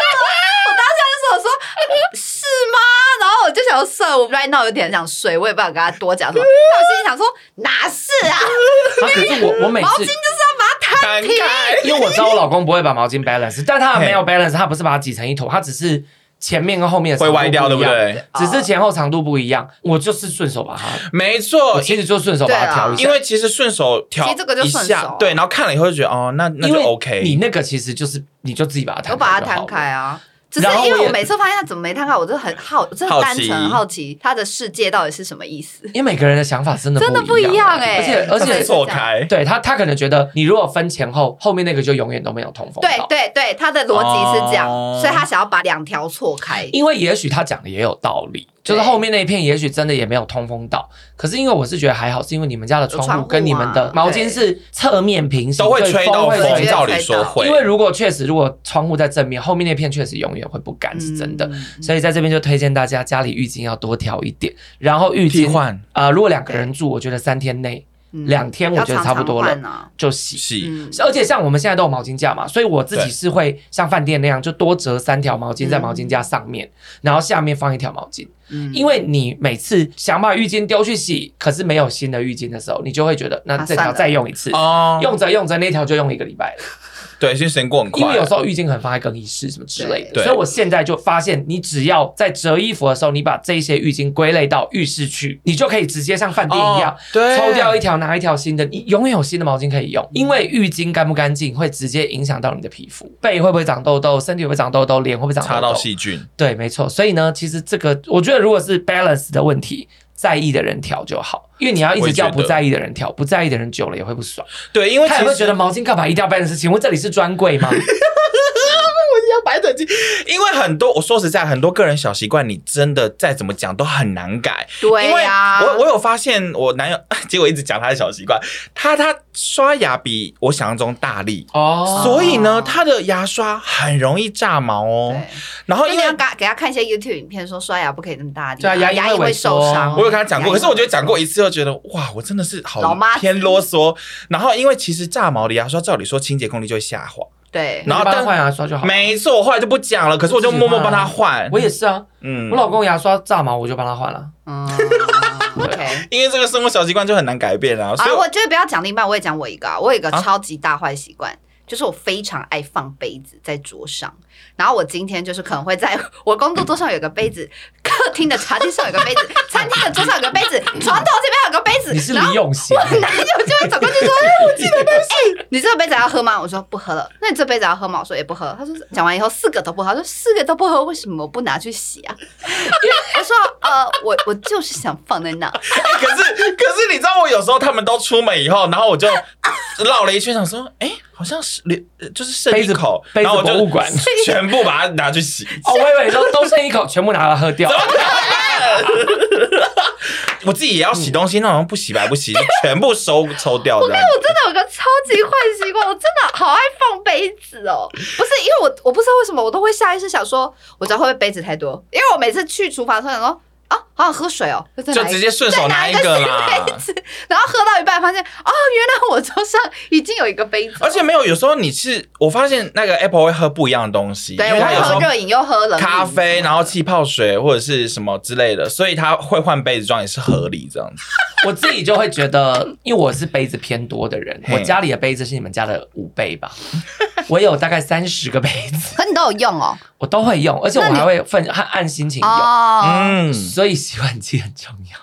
A: 下就说我说呃是吗？然后我就想说，算了，我 right now 有点想睡，我也不想跟他多讲什么。但我心里想说，哪是啊？
D: 啊，可是 我我每
A: 毛巾
D: 次
A: 就是要把它
C: 摊
A: 摊
C: 开，
D: 因为我知道我老公不会把毛巾 balance，但他没有 balance，他不是把它挤成一坨，他只是前面跟后面的长
C: 会
D: 度
C: 歪掉，对不
D: 一样？
C: 对？
D: 只是前后长度不一样，我就是顺手把它，
C: 没
D: 我
C: 错，
D: 其实就顺手把它调一下
A: 对
C: 因。为其实顺手调
A: 其实这个就
C: 一
A: 顺手
C: 下
A: 啊，
C: 对，然后看了以后就觉得，哦，那那
D: 因
C: 就
D: 为
C: OK。
D: 你那个其实就是你就自己把它摊开，
A: 我把它摊开。啊。只是
D: 然后
A: 因
D: 我
A: 为
D: 也
A: 我每次发现他怎么没摊开，我就很好，我真的
C: 好
A: 单
C: 奇
A: 纯好奇他的世界到底是什么意思。
D: 因为每个人的想法真的
A: 真的不一样哎
D: 而且而
A: 对
D: 且
A: 是这
C: 错
A: 样
C: 开，
D: 对他他可能觉得你如果分前后，后面那个就永远都没有通风
A: 对
D: 到。
A: 对对，他的逻辑是这样，
C: 哦
A: 所以他想要把两条错开。
D: 因为也许他讲的也有道理，就是后面那一片也许真的也没有通风到，可是因为我是觉得还好，是因为你们家的窗
A: 有窗
D: 户
A: 户
D: 跟你们的
A: 啊
D: 毛巾是侧面平行，
C: 都会
D: 对
C: 吹到
D: 会
A: 风
C: 风，
D: 吹
C: 照理说会，
D: 因为如果确实如果窗户在正面，后面那片确实永远会不干，是真的。
A: 嗯
D: 所以在这边就推荐大家家里浴巾要多调一点，然后浴
C: 替
D: 巾啊、
C: 换
D: 如果两个人住，我觉得三天内
A: 嗯
D: 两天我觉得差不多了
A: 要常常换啊
D: 就洗。
C: 洗，
A: 嗯
D: 而且像我们现在都有毛巾架嘛，所以我自己
C: 对
D: 是会像饭店那样，就多折三条毛巾在毛巾架上面，然后下面放一条毛巾。
A: 嗯
D: 因为你每次想把浴巾丢去洗，可是没有新的浴巾的时候，你就会觉得那
A: 啊
D: 这
A: 算
D: 条
A: 了
D: 再用一次，
C: 哦，
D: 用着用着那条就用一个礼拜了。
C: 对，其实时间过很
D: 因为
C: 快
D: 有，时候浴巾可能放在更衣室什么之类的，
C: 对
D: 所以我现在就发现，你只要在折衣服的时候，你把这些浴巾归类到浴室去，你就可以直接像饭店一样
C: 哦。对，嗯
D: 抽掉一条，拿一条新的，你永远有新的毛巾可以用。因为浴巾干不干净，会直接影响到你的皮肤，背会不会长痘痘，身体会不会长痘痘，脸会不会长
C: 插
D: 痘
C: 到
D: 痘。
C: 细菌，
D: 对，没错。所以呢，其实这个我觉得，如果是 balance 的问题，在意的人调就好，因为你要一
C: 我
D: 直
C: 也觉
D: 叫
C: 得
D: 不在意的人调，不在意的人久了也会不爽。
C: 对，因为其
D: 他也会
C: 实
D: 觉得毛巾干嘛一定要 balance？请问这里是专柜吗？
C: 要白整机，因为很多我说实在，很多个人小习惯，你真的再怎么讲都很难改。因
A: 对
C: 为
A: 呀，
C: 我我有发现，我男友 结果一直讲他的小习惯，他他刷牙比我想象中大力，
D: 哦
C: 所以呢，他的牙刷很容易炸毛哦。
A: 对
C: 然后
A: 就
C: 因
A: 你
C: 为
A: 要给给他看一些 YouTube 影片，说刷牙不可以那么大力，
D: 对啊牙龈
A: 牙
D: 会
A: 会
D: 萎
A: 受
D: 缩
A: 伤。
C: 我有跟他讲过，
A: 牙龈
C: 可是我觉得讲过一次就觉得哇，我真的是好
A: 老妈子
C: 偏啰嗦。然后因为其实炸毛的牙刷，照理说清洁功力就会下滑。
A: 对，
C: 然后
D: 帮他
C: 但
D: 换牙刷就好。
C: 没错，我后来就不讲了，可是我就默默帮他换。
D: 我也是啊，
C: 嗯
D: 我老公牙刷炸毛，我就帮他换了。
A: 嗯，OK。
C: 因为这个生活小习惯就很难改变啊，所
A: 啊
C: 以，我
A: 我觉得不要讲另一半，我也讲我一个、啊，我有一个
C: 啊
A: 超级大坏习惯。就是我非常爱放杯子在桌上，然后我今天就是可能会在 我工作桌上有个杯子， 客厅的茶几上有个杯子， 餐厅的桌上有个杯 子，床头这边有个杯子，
D: 你是
A: 嗯然后
D: 李永贤，
A: 我 男友就会走过去 说：“哎、我记得杯子，哎你这个杯子要喝吗？”我说：“不喝了。”那你这杯子要喝吗？我说：“也不喝。”他说：“讲完以后四个都不喝。”他说：“四个都不喝，为什么不拿去洗啊？” 我说：“呃，我我就是想放在那。
C: 哎 可是可是你知道，我有时候他们都出门以后，然后我就 绕了一圈，想说，哎，好像是呃就是剩一口，
D: 杯子
C: 然后我就
D: 杯子博物馆
C: 全部把它拿去洗。
D: 哦，我以为你说都剩一口，全部拿来喝掉。
C: 我自己也要洗东西，那好像不洗白不洗，就全部收抽掉的。
A: 我真的有个超级坏习惯，我真的好爱放杯子哦。不是因为我我不知道为什么，我都会下意识想说，我知道会不会杯子太多，因为我每次去厨房的时候想说。啊，好想喝水哦，就再
C: 就
A: 拿一
C: 直接顺手
A: 再拿
C: 拿
A: 一
C: 一
A: 个
C: 个
A: 新
C: 啦
A: 杯子，然后喝到一半发现，哦，原来我桌上已经有一个杯子了，
C: 而且没有，有时候你是我发现那个 Apple 会喝不一样的东西，因
A: 对，
C: 为
A: 我
C: 它
A: 会
C: 有时
A: 喝
C: 候
A: 热饮又喝冷饮
C: 咖啡，然后气泡水或者是什么之类的，所以他会换杯子装也是合理这样子。
D: 我自己就会觉得，因为我是杯子偏多的人，
C: 嘿
D: 我家里的杯子是你们家的五倍吧，我有大概三十个杯子，
A: 可你都有用哦。
D: 我都会用，而且我还会分按按心情用，
A: 哦，
C: 嗯，
D: 所以洗碗机很重要。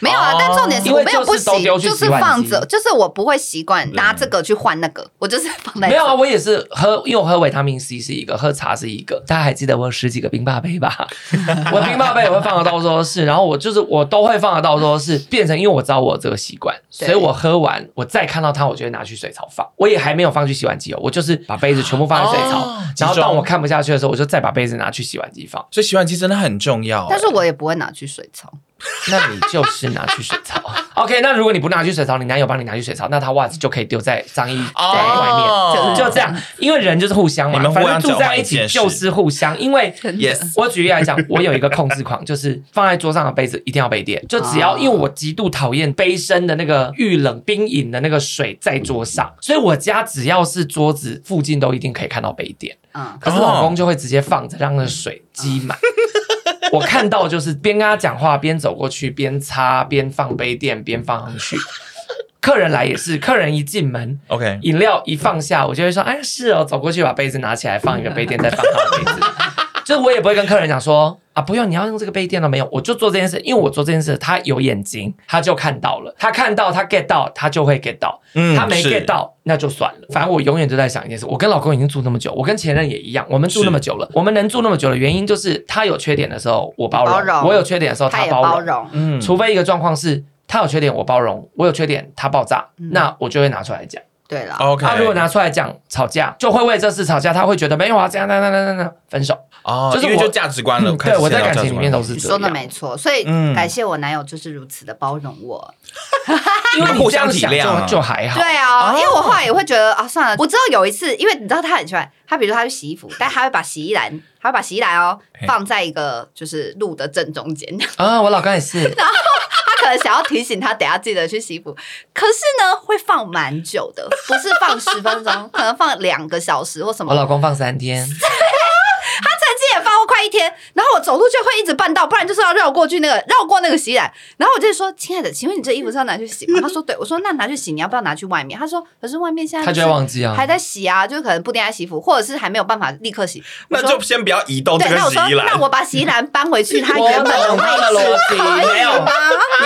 A: 没有啊
C: 哦，
A: 但重点是
D: 因
A: 我
D: 为
A: 没有
D: 就
A: 不
D: 是都
A: 洗，
D: 丢去
A: 就是
D: 洗碗
A: 放
D: 机
A: 着，就是我不会习惯拿这个去换那个，我就是放在
D: 没有啊，
A: 这
D: 我也是喝，因为我喝维他命 C 是一个，喝茶是一个。大家还记得我有十几个冰霸杯吧？我冰霸杯也会放得到桌是，然后我就是我都会放得到桌是，变成因为我知道我有这个习惯，
A: 对
D: 所以我喝完我再看到它，我就会拿去水槽放。我也还没有放去洗碗机哦，我就是把杯子全部放在水槽，
C: 哦
D: 然后
C: 集中
D: 当我看不下去的时候，我就再把杯子拿去洗碗机放。
C: 所以洗碗机真的很重要、欸
A: 但是我也不会拿去水槽。
D: 那你就是拿去水槽。OK，那如果你不拿去水槽，你男友帮你拿去水槽，那他袜子就可以丢在脏衣
C: 哦
D: 在外面。
A: 对
D: 就这样，因为人就是互相嘛，
C: 你们互相
D: 反正住在一起就是互相。因为
A: 真的
C: Yes
D: 我举例来讲，我有一个控制狂，就是放在桌上的杯子一定要杯垫，就只要
A: 哦
D: 因为我极度讨厌杯身的那个遇冷冰饮的那个水在桌上，所以我家只要是桌子附近都一定可以看到杯垫。
A: 嗯，哦
D: 可是老公就会直接放着，让那水积满。 我看到就是边跟他讲话，边走过去，边擦，边放杯垫，边放上去。客人来也是，客人一进门，
C: OK，
D: 饮料一放下，我就会说：“哎，是哦。”走过去把杯子拿起来，放一个杯垫，再放他的杯子。就是我也不会跟客人讲说啊，不用，你要用这个杯垫了没有？我就做这件事，因为我做这件事，他有眼睛，他就看到了，他看到，他 get 到，他就会 get 到。
C: 嗯
D: 他没
C: 是
D: get 到，那就算了。反正我永远都在想一件事，我跟老公已经住那么久，我跟前任也一样，我们住那么久了，我们能住那么久的原因就是他有缺点的时候我包容，
A: 包容
D: 我有缺点的时候
A: 他
D: 他
A: 也
D: 包容，
A: 包容，
C: 嗯
D: 嗯除非一个状况是他有缺点我包容，我有缺点他爆炸，那我就会拿出来讲。
A: 对啦，
C: OK，
D: 啊他如果拿出来讲吵架，就会为这事吵架，他会觉得没有啊，这样那样那样那样那样分手。
C: 哦，
D: 就是
C: 因为
D: 我嗯
C: 就价值观了。开
D: 对，
C: 始
D: 我在
C: 聊
D: 感
C: 价值
D: 情里
C: 观
D: 面都
C: 了
D: 是
A: 你
D: 这
A: 说的
D: 样，
A: 没错，所以
C: 嗯
A: 感谢我男友就是如此的包容我。
D: 因为你
C: 互
D: 这样
C: 相体谅
D: 想
C: 啊
D: 就就还嗯好。哦
A: 对啊，因为我后来也会觉得啊，算了。我知道有一次，因为你知道他很喜欢，他比如说他去洗衣服，但他会把洗衣篮，他会把洗衣篮哦
C: 嘿
A: 放在一个就是路的正中间，
D: 啊，我老公也是，
A: 他可能想要提醒他等下记得去洗衣服，可是呢会放蛮久的，不是放十分钟， 可能放两个小时或什么
D: 我。老公放三天，
A: 他自己也放过快一天，然后我走路就会一直绊到，不然就是要绕过去那个绕过那个洗衣篮。然后我就说：“亲爱的，请问你这衣服是要拿去洗吗？”他说：“对。”我说：“那拿去洗，你要不要拿去外面？”他说：“可是外面现在
D: 他就会忘记啊
A: 还。在洗啊，就可能不定在洗衣服，或者是还没有办法立刻洗。我
C: 那
A: 说”
C: 就先不要移动这
A: 对，
C: 个
A: 那我说
C: 洗衣，篮
A: 那。我把洗衣篮搬回去，它
D: 我
A: 原本的
D: 懂
A: 位
D: 他的
A: 置
D: 逻辑，没有
A: 吗？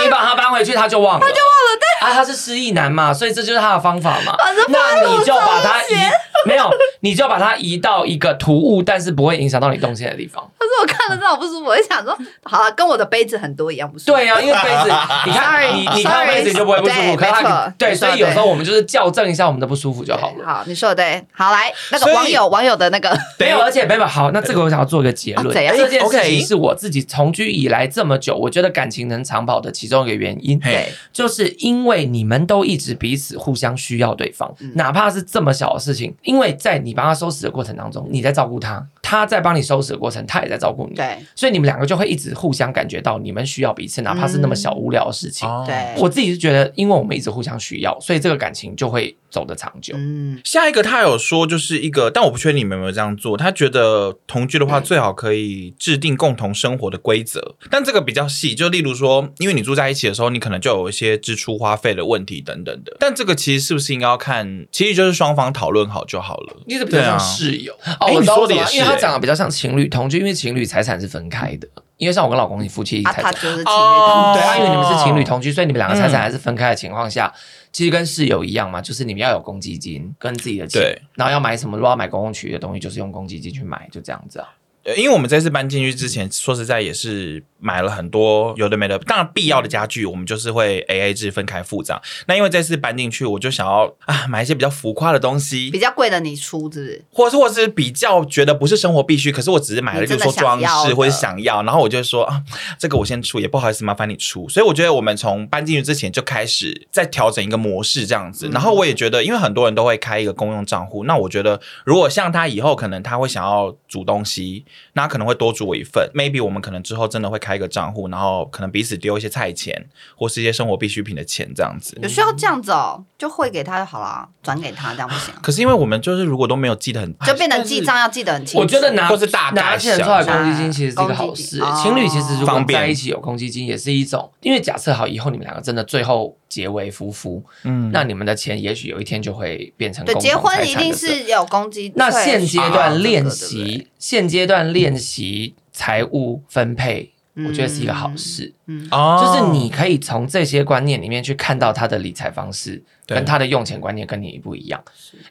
D: 你把他搬回去，他就忘了，他就忘了。对啊，他是失忆男嘛，所以这就是他的方法嘛。
A: 是
D: 那
A: 路
D: 你就把他
A: 中
D: 移，没有，你就把它移到一个突兀，但是不会影响到你动线的地方。
A: 可是我看了之后不舒服，我就想说，好了，跟我的杯子很多一样不舒 服。
D: 对啊，因为杯子，你看
A: Sorry，
D: 你你看杯
A: sorry
D: 子就不会不舒服，
A: 对
D: 可是
A: 没
D: 他
A: 错
D: 对，
A: 没错
D: 所以有时候我们就是校正一下我们的不舒服就好了。
A: 好，你说的对。好，来那个
C: 所以
A: 网友网友的那个，
D: 没有，而且没有好，那这个我想要做一个结论。哎
A: 啊怎样
D: 这件事
C: OK
D: 情是我自己从居以来这么久，我觉得感情能长跑的其中一个原因。
C: 嘿
A: 对
D: 就是因为你们都一直彼此互相需要对方，
A: 嗯
D: 哪怕是这么小的事情，因为在你帮他收拾的过程当中，你在照顾他，他在帮你收拾的过程，他也在照顾你，
A: 对
D: 所以你们两个就会一直互相感觉到你们需要彼此，哪怕是那么小无聊的事情。
C: 哦
A: 对，
D: 我自己是觉得，因为我们一直互相需要，所以这个感情就会走得长久。
A: 嗯，
C: 下一个他有说，就是一个，但我不确定你们有没有这样做。他觉得同居的话，最好可以制定共同生活的规则，但这个比较细，就例如说，因为你住在一起的时候，你可能就有一些支出花费的问题等等的。但这个其实是不是应该要看，其实就是双方讨论好就好了。
D: 你怎么比较
C: 对啊
D: 像室友？哦，
C: 哎
D: 我
C: 你
D: 知道
C: 说的
D: 为什么
C: 也是
D: 因为他
C: 哎
D: 长得比较像情侣同居，因为情侣财产是分开的。因为像我跟老公，你夫妻
A: 啊，
D: 财
A: 他
D: 产
A: 就是情侣
C: 哦
A: 档
D: 对啊，因为你们是情侣同居，所以你们两个财产还是分开的情况下，其实跟室友一样嘛，就是你们要有公积金跟自己的钱
C: 对，
D: 然后要买什么，如果要买公共区域的东西，就是用公积金去买，就这样子啊。
C: 呃因为我们这次搬进去之前，说实在也是买了很多有的没的，当然必要的家具，我们就是会 A A 制分开付账。那因为这次搬进去，我就想要啊买一些比较浮夸的东西，
A: 比较贵的你出，是不是？
C: 或是或是比较觉得不是生活必须，可是我只是买了，
A: 你
C: 比如
A: 真的
C: 说装
A: 想要
C: 饰
A: 的
C: 或者想要，然后我就说啊，这个我先出，也不好意思麻烦你出。所以我觉得我们从搬进去之前就开始在调整一个模式这样子。
A: 嗯
C: 然后我也觉得，因为很多人都会开一个公用账户，那我觉得如果像他以后可能他会想要煮东西，那他可能会多煮我一份。maybe 我们可能之后真的会开一个账户，然后可能彼此丢一些菜钱或是一些生活必需品的钱这样子。
A: 有需要这样子哦，就汇给他就好了，转给他这样不行啊，
C: 可是因为我们就是如果都没有记得很，哎
A: 就变成
C: 但是
A: 记账要记得很清楚。
D: 我觉得拿
C: 或是大
D: 拿
C: 概
D: 钱
C: 啊想
D: 出来
C: 一下
D: 公积金其实是一个好事
A: 公积金哦，
D: 啊情侣其实如果
C: 方便
D: 在一起有公积金也是一种，因为假设好以后你们两个真的最后结为夫妇，
C: 嗯
D: 那你们的钱也许有一天就会变成
A: 对，
D: 共同
A: 结婚
D: 财
A: 一
D: 产
A: 定
D: 的时
A: 是有公积
D: 那
A: 税
D: 现阶
A: 啊这
D: 段
A: 个
D: 练
A: 对不对
D: 习，现阶段练习财务分配，
A: 嗯
D: 我觉得是一个好事。
A: 嗯，
C: 哦
D: 就是你可以从这些观念里面去看到他的理财方式
C: 对
D: 跟他的用钱观念跟你不一样，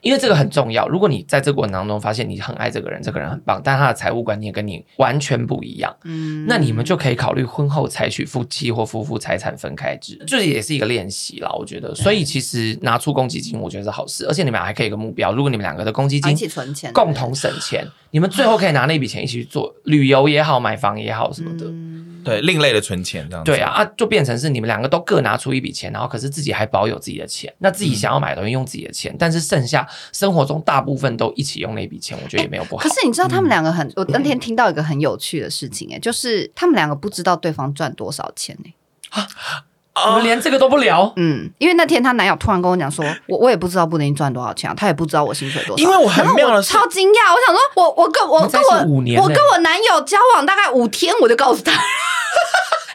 D: 因为这个很重要。如果你在这个过程当中发现你很爱这个人，这个人很棒，但他的财务观念跟你完全不一样，
A: 嗯
D: 那你们就可以考虑婚后采取夫妻或夫妇财产分开
A: 嗯
D: 制，这也是一个练习啦，我觉得。所以其实拿出公积金，我觉得是好事，而且你们还可以有个目标，如果你们两个的公积
A: 啊
D: 金
A: 一起存钱，
D: 共同省钱，你们最后可以拿那笔钱一起去做旅游也好，买房也好什么
A: 对不对
D: 的。
A: 嗯
C: 对另类的存钱这样子。
D: 对啊，啊，就变成是你们两个都各拿出一笔钱，然后可是自己还保有自己的钱，那
A: 嗯
D: 自己想要买的东西用自己的钱，但是剩下生活中大部分都一起用那笔钱，我觉得也没有不好。
A: 可是你知道他们两个很，我那天听到一个很有趣的事情、哎，就是他们两个不知道对方赚多少钱、哎，
D: 你
A: 啊
D: 们连这个都不聊，
A: 嗯，因为那天她男友突然跟我讲说，我我也不知道布丁赚多少钱、啊，他也不知道我薪水多少，
C: 因为我很妙的是
A: 然后我超惊讶，我想说我我跟我
D: 你们在
A: 跟
D: 一起
A: 我
D: 五年
A: 我
D: 嘞
A: 跟我男友交往大概五天，我就告诉他。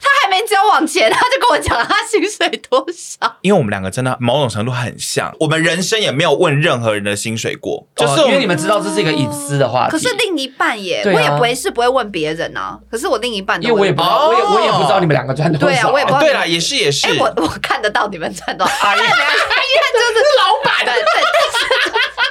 A: 他还没交往前，他就跟我讲他薪水多少，
C: 因为我们两个真的某种程度很像，我们人生也没有问任何人的薪水过，就是
D: 哦
C: 我
D: 因为你们知道这是一个隐私的话题。
A: 可是另一半耶，
D: 对啊
A: 我也不会是不会问别人啊。可是我另一半都
D: 因为我也不知道，我也我也不知道你们两个赚多少。
A: 哦对啊我也不知道
C: 哦对啦，也是也是
A: 哎、，我我 看得到你们赚多少，哎呀，因为就是老板，对对，但是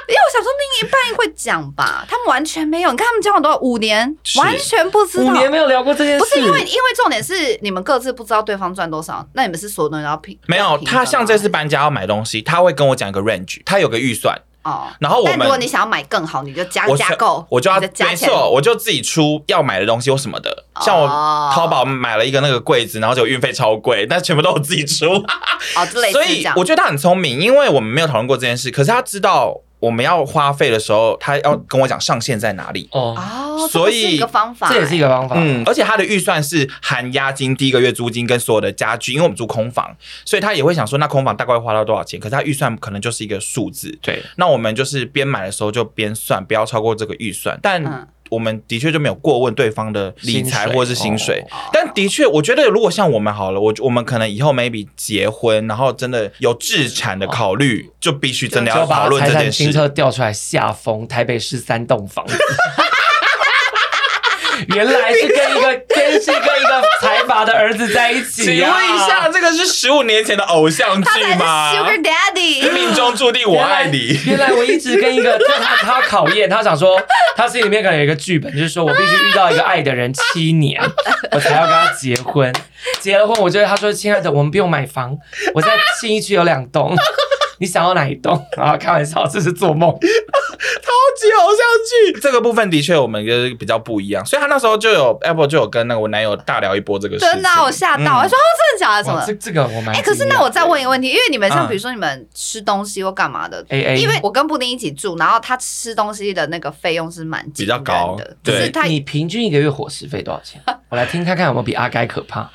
A: 因为我想想说另一半会讲吧，他们完全没有。你看他们交往多少五年，
C: 是
A: 完全不知道。
D: 五年没有聊过这件事，
A: 不是因为，因为重点是你们各自不知道对方赚多少，那你们是所有东西都要平。
C: 没有，
A: 平分吗
C: 他像这次搬家要买东西，他会跟我讲一个 range，他有个预算，
A: 哦，
C: 然后我
A: 但如果
C: 们
A: 你想要买更好，你就加
C: 我
A: 加
C: 想
A: 购，
C: 我就要
A: 你再加
C: 没
A: 钱。
C: 错，我就自己出要买的东西或什么的。
A: 哦
C: 像我淘宝买了一个那个柜子，然后就运费超贵，但全部都我自己出，
A: 哦，就类似
C: 所
A: 这
C: 以
A: 样
C: 我。觉得他很聪明，因为我们没有讨论过这件事，可是他知道我们要花费的时候，他要跟我讲上限在哪里。
D: 哦，
A: 哦，这
C: 所
A: 个是
C: 以
A: 一个方法，
D: 这也是一个方法。
C: 嗯，而且他的预算是含押金、第一个月租金跟所有的家具，因为我们住空房，所以他也会想说，那空房大概会花到多少钱？可是他预算可能就是一个数字，
D: 对，
C: 那我们就是边买的时候就边算，不要超过这个预算。
A: 嗯
C: 但我们的确就没有过问对方的理财
D: 薪水
C: 或者是薪水。
A: 哦
C: 但的确，我觉得如果像我们好了，我我们可能以后 maybe 结婚，然后真的有置产的考虑，
A: 哦
C: 就必须真的要
D: 就
C: 讨
D: 把
C: 论
D: 财
C: 这
D: 产
C: 件
D: 清
C: 事。
D: 册调出来，下封台北市三栋房子。 原来 是跟一个跟是跟一个财阀的儿子在一
C: 请
D: 起、啊
C: 问
D: 呀。
C: 一下，这个是十五年前的偶像
A: 欸他才
C: 剧
A: 是
C: 吗？
A: Sugar Daddy。
C: 命中注定我爱你。
D: 原来。原来我一直跟一个他他他考验，他想说他心里面可能有一个剧本，就是说我必须遇到一个爱的人七年，我才要跟他结婚。结了婚，我就他说亲爱的，我们不用买房，我在信义区有两栋。你想要哪一栋？啊，开玩笑，这是做梦。
C: 超级偶像剧。这个部分的确我们就是比较不一样，所以他那时候就有 Apple 就有跟那个我男友大聊一波这个事情。
A: 真的啊，我吓到，我
C: 嗯
A: 说哦真的假的？什
D: 哇
A: 么
D: 这？这个我蛮惊讶的……
A: 哎、可是那我再问一个问题，因为你们
C: 嗯
A: 像比如说你们吃东西或干嘛的，
D: AA
A: 因为我跟布丁一起住，然后他吃东西的那个费用是蛮惊人
C: 比较高
A: 的，
C: 对
A: 就是他
D: 你平均一个月伙食费多 少钱？我来听看看有没有比阿该可怕。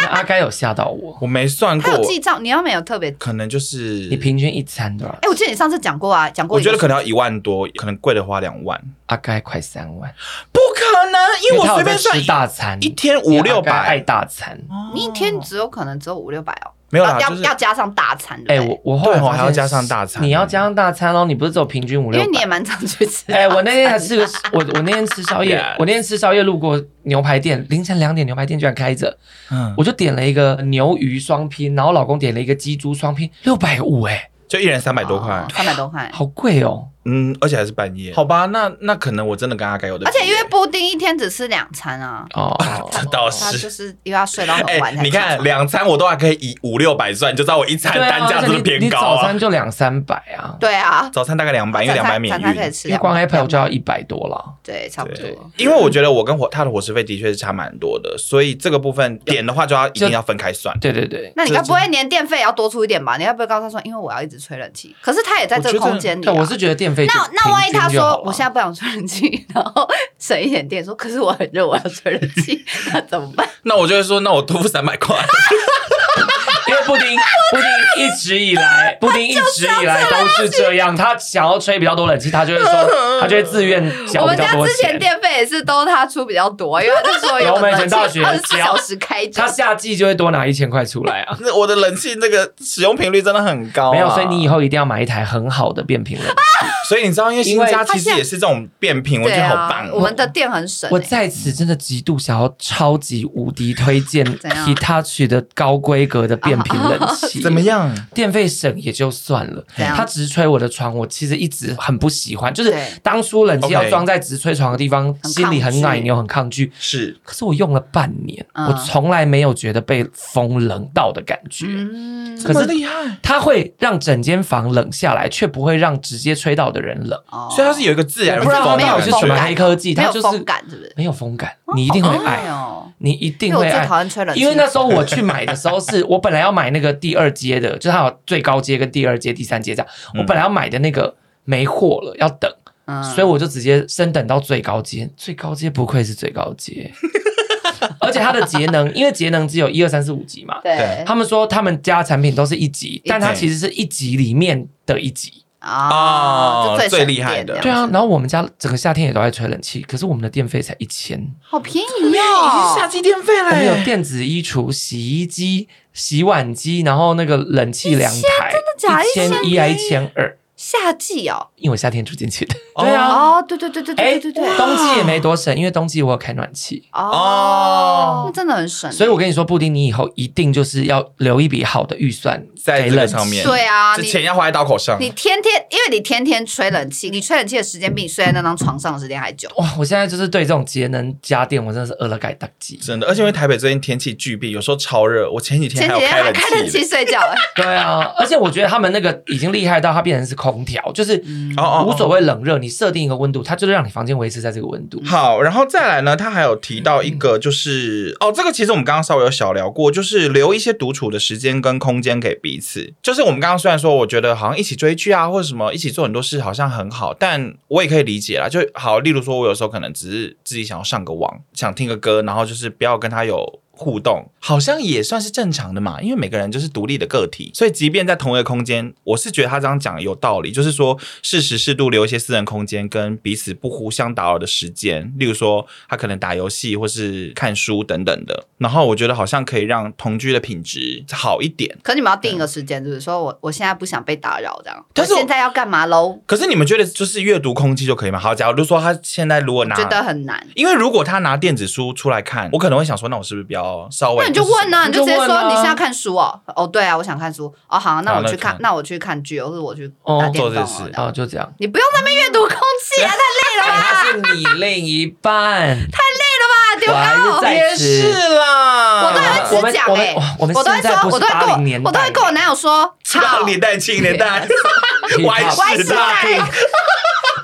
D: 那阿该有吓到我，
C: 我没算
A: 他
C: 过
A: 有，记账，你要没有特别？
C: 可能就是
D: 你平均一餐多少
A: 哎、？我记得你上次讲过啊，讲过
C: 我
A: 一
C: 觉
A: 个
C: 得可能要一万多，可能贵的话两万，
D: 阿该快三万，
C: 不可能，因为
D: 因为
C: 我
D: 他
C: 随
D: 有
C: 便
D: 在
C: 算
D: 吃大餐，
C: 一天五六
D: 因为阿该爱
C: 百，哦
D: 大餐。
A: 你一天只有可能只有五六百哦，
C: 没有啦
A: 要要
C: 就是
A: 要加上大餐，
D: 哎、
A: 对不对
D: 我我后来
C: 对哦
D: 发现
C: 还要加上大餐
D: 你要加上大餐哦，你不是只有平均五六百？
A: 因为你也蛮常去吃。
D: 哎、我那天 还吃个，我我那天吃宵夜
C: Yeah
D: 我那天吃宵夜路过牛排店，凌晨两点牛排店居然开着，
C: 嗯，
D: 我就点了一个牛鱼双拼，然后老公点了一个鸡猪双拼，六百五哎，
C: 就一人三百多块，
A: 哦三百多块。
D: 好贵哦。
C: 嗯，而且还是半夜。好吧，那那可能我真的跟阿该有的，
A: 而且因为布丁一天只吃两餐啊，
D: 哦，
C: 这倒。
A: 他就是是又要睡到很
C: 哎、
A: 晚才起床。
C: 你看两餐我都还可以以五六百算，你就知道我一餐
D: 对啊，
C: 单价
D: 而且
C: 真的
D: 你
C: 偏
D: 你
C: 高
D: 早
C: 啊。
D: 餐就两三百啊，
A: 对啊，
C: 早餐大概两百，因为两百
A: 餐
C: 免
A: 早餐可以
C: 运。
A: 吃
D: 因为
A: 两
D: 光
A: 百，
D: Apple 就要一百多了。
A: 对，差不
C: 对
A: 多。，
C: 因为我觉得我跟伙他的伙食费的确是差蛮多的，所以这个部分点的话就要一定要分开算。
D: 对对对，
A: 那你该不会连电费也要多出一点吧？你该不会告诉他说，因为我要一直吹冷气？可是他也在这个空间里、啊。
D: 对，我是觉得电费就
A: 那那万一他
D: 平均就好啊
A: 说
D: 了
A: 我现在不想吹冷气，然后省一点电，说可是我很热，我要吹冷 气，那怎么办？
C: 那我就会说，那我多付三百块。
D: 因为布丁，布丁一直以 来，布丁一直以来都是这样。他想要吹比较多冷气，他就会 说，他就会自愿
A: 我
D: 缴
A: 们
D: 比较
A: 家
D: 多
A: 之前
D: 钱。
A: 电费也是都他出比较多，因为他就说有
D: 我们以前
A: 冷气
D: 大学
A: 二十四
D: 只要
A: 小时开着
D: 他。夏季就会多拿一千块出来 啊。
C: 那我的冷气那个使用频率真的很高、啊，
D: 没有，所以你以后一定要买一台很好的变频冷 气。
C: 所以你知道，因为新
D: 因
C: 家
D: 为
C: 其实也是这种变频，我觉
A: 对
C: 得好
A: 啊
C: 棒，。哦
A: 我们的电很省、
D: 我
A: 欸。
D: 在此真的极度想要超级无敌推荐
A: 怎样
D: Hitachi 的高规格的变频冷 气。
C: 怎么？样？
D: 电费省也就算了，
A: 怎样
D: 它直吹我的床，我其实一直很不喜欢。就是
A: 啊对
D: 当初冷气
C: OK
D: 要装在直吹床的地方，
A: 很
D: 心里
A: 抗
D: 很
A: 拒
D: 奶牛，很抗拒。
C: 是
D: 可是我用了半年，
A: 嗯
D: 我从来没有觉得被风冷到的感觉。
A: 嗯，
D: 可是
C: 厉害，
D: 它会让整间房冷下来，却不会让直接吹到的人冷。
A: 哦
C: 所以它是有一个自然
D: 我
C: 风
D: 不知
C: 的
D: 道
C: 感觉，
A: 没有
D: 到底是什么黑科技，
A: 没
D: 它
A: 有
D: 就是
A: 风感，是不是？
D: 没有风感，你一定会
C: 哎
D: 爱，
A: 哦，
D: 你一
A: 因
D: 定
A: 为我
D: 会
A: 最
D: 爱。
A: 讨厌吹冷气，
D: 因为那时候我去买的时候 是，我本来要买那个第二阶的，就是它有最高阶跟第二阶、第三阶这样。
C: 嗯
D: 我本来要买的那个没货了，要等，
A: 嗯
D: 所以我就直接升等到最高阶。最高阶不愧是最高阶， 而且它的节能，因为节能只有一二三四五级嘛，
A: 对
D: 他们说他们家产品都是一级，但它
C: 级
D: 其实是一级里面的一级。
A: 啊，
C: 哦
A: 就
C: 最
A: 省
C: 厉害
A: 电
C: 的
A: 这
D: 对
A: 样
D: 啊，
A: 子
D: 然后我们家整个夏天也都在吹冷气，可是我们的电费才一千。
A: 好便宜
C: 啊
A: 哦，
C: 季电费
D: 我们有
C: 嘞。
D: 电子衣橱、洗衣机、洗碗机，然后那个冷气两台，
A: 哎真的假的
D: 一千一还一千二，
A: 夏季哦，
D: 因为我夏天住进去的。
C: 哦
D: 对啊，
A: 哦，对对对对对对对对，
D: 冬季也没多省，因为冬季我有开暖气。
A: 哦，那真的很省。
D: 所以，我跟你说，布丁，你以后一定就是要留一笔好的预算
C: 在
D: 给
C: 这
D: 冷
C: 个
D: 气
C: 上面，
A: 对啊
C: 这
A: 你
C: 钱要花在刀口上。
A: 你天天，因为你天天吹冷气，你吹冷气的时间比你睡在那张床上的时间还久。
D: 哇！我现在就是对这种节能家电，我真的是饿了该打鸡。
C: 真的，而且因为台北最近天气巨变，有时候超热。我前几天
A: 前
C: 还
A: 几
C: 有
A: 天
C: 开
A: 还开冷
C: 冷气
A: 气
C: 的，
A: 睡觉，哎
D: 对啊， 而且我觉得他们那个已经厉害到它变成是空调，就是
C: 哦哦哦
D: 无所谓冷热，你设定一个温度，它就是让你房间维持在这个温度。
C: 好，然后再来呢，他还有提到一个，就是哦，这个其实我们刚刚稍微有小聊过，就是留一些独处的时间跟空间给彼此。就是我们刚刚虽然说，我觉得好像一起追剧啊，或者什么一起做很多事，好像很好，但我也可以理解啦。就好，例如说我有时候可能只是自己想要上个网，想听个歌，然后就是不要跟他有。 互动好像也算是正常的嘛，因为每个人就是独立的个体，所以即便在同一个空间，我是觉得他这样讲有道理，就是说适时适度留一些私人空间跟彼此不互相打扰的时间，例如说他可能打游戏或是看书等等的。然后我觉得好像可以让同居的品质好一点。
A: 可是你们要定一个时间，就是说我我现在不想被打扰，这样。
C: 但是
A: 我
C: 我
A: 现在要干嘛喽？
C: 可是你们觉得就是阅读空气就可以吗？好，假如说他现在如果
A: 我觉得
C: 拿，
A: 很难。
C: 因为如果他拿电子书出来看，我可能会想说，那我是不是比较稍微？
A: 那你就问啊，
D: 你
A: 你
D: 就
A: 就直接
D: 问啊
A: 说你现在看书哦。哦，对啊，我想看书。哦，好，那
C: 好
A: 我去
C: 那
A: 看
C: 看，
A: 那我去看剧哦，或者我去
D: 哦
A: 打电动
C: 做这
A: 哦
C: 事
A: 这
D: 然
A: 样。
D: 后就这样。哎
A: 你不用在那边阅读空气啊，太累了吧
D: 他是你另一 半，
A: 啊，丢
D: 我还
A: 高
D: 是。在
C: 也是
D: 此。
C: 啦，
A: 我都还
D: 我
A: 会
D: 们
A: 只讲
D: 我们
A: 哎
D: 我们
A: 我都会
D: 现在
A: 说，
D: 不是
A: 我都会跟
D: 80年
A: 我，
D: 代
A: 我都会跟我男友说，
C: 八
A: 好
C: 零，年代、七零年代、 歪
A: 歪啊哎
C: 时
A: 时代
C: 代。。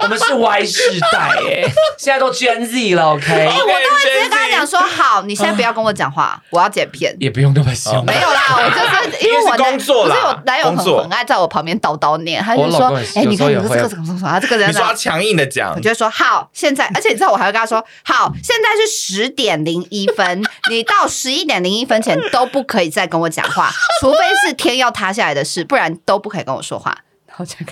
D: 我们是 Y 世代哎， 现在都 Gen Z 了，OK，
A: 哎，我都会直接跟他讲说，好，你现在不要跟我讲话，我要剪片。
D: 也不用那么
C: 哦
D: 想。
A: 没有 啦，我就是因为我
C: 因为是工作
A: 不
C: 啦
A: 是我男友
C: 工
A: 很
C: 作
A: 很爱在我旁边叨叨念，他就
D: 我老
A: 说
D: 公也是：“
A: 哎，
D: 有
A: 你
D: 时候
A: 看你
D: 也
A: 这
D: 会
A: 个这个什么什么，啊这个
C: 你
A: 人
C: 说要
A: 啊。
C: 强硬的”讲
A: 我，就会说好，现在，而且你知道我还会跟他说，好，现在是十点零一 分，你到十一点零一分前都不可以再跟我讲话， 除非是天要塌下来的事，不然都不可以跟我说话。然后就 开始不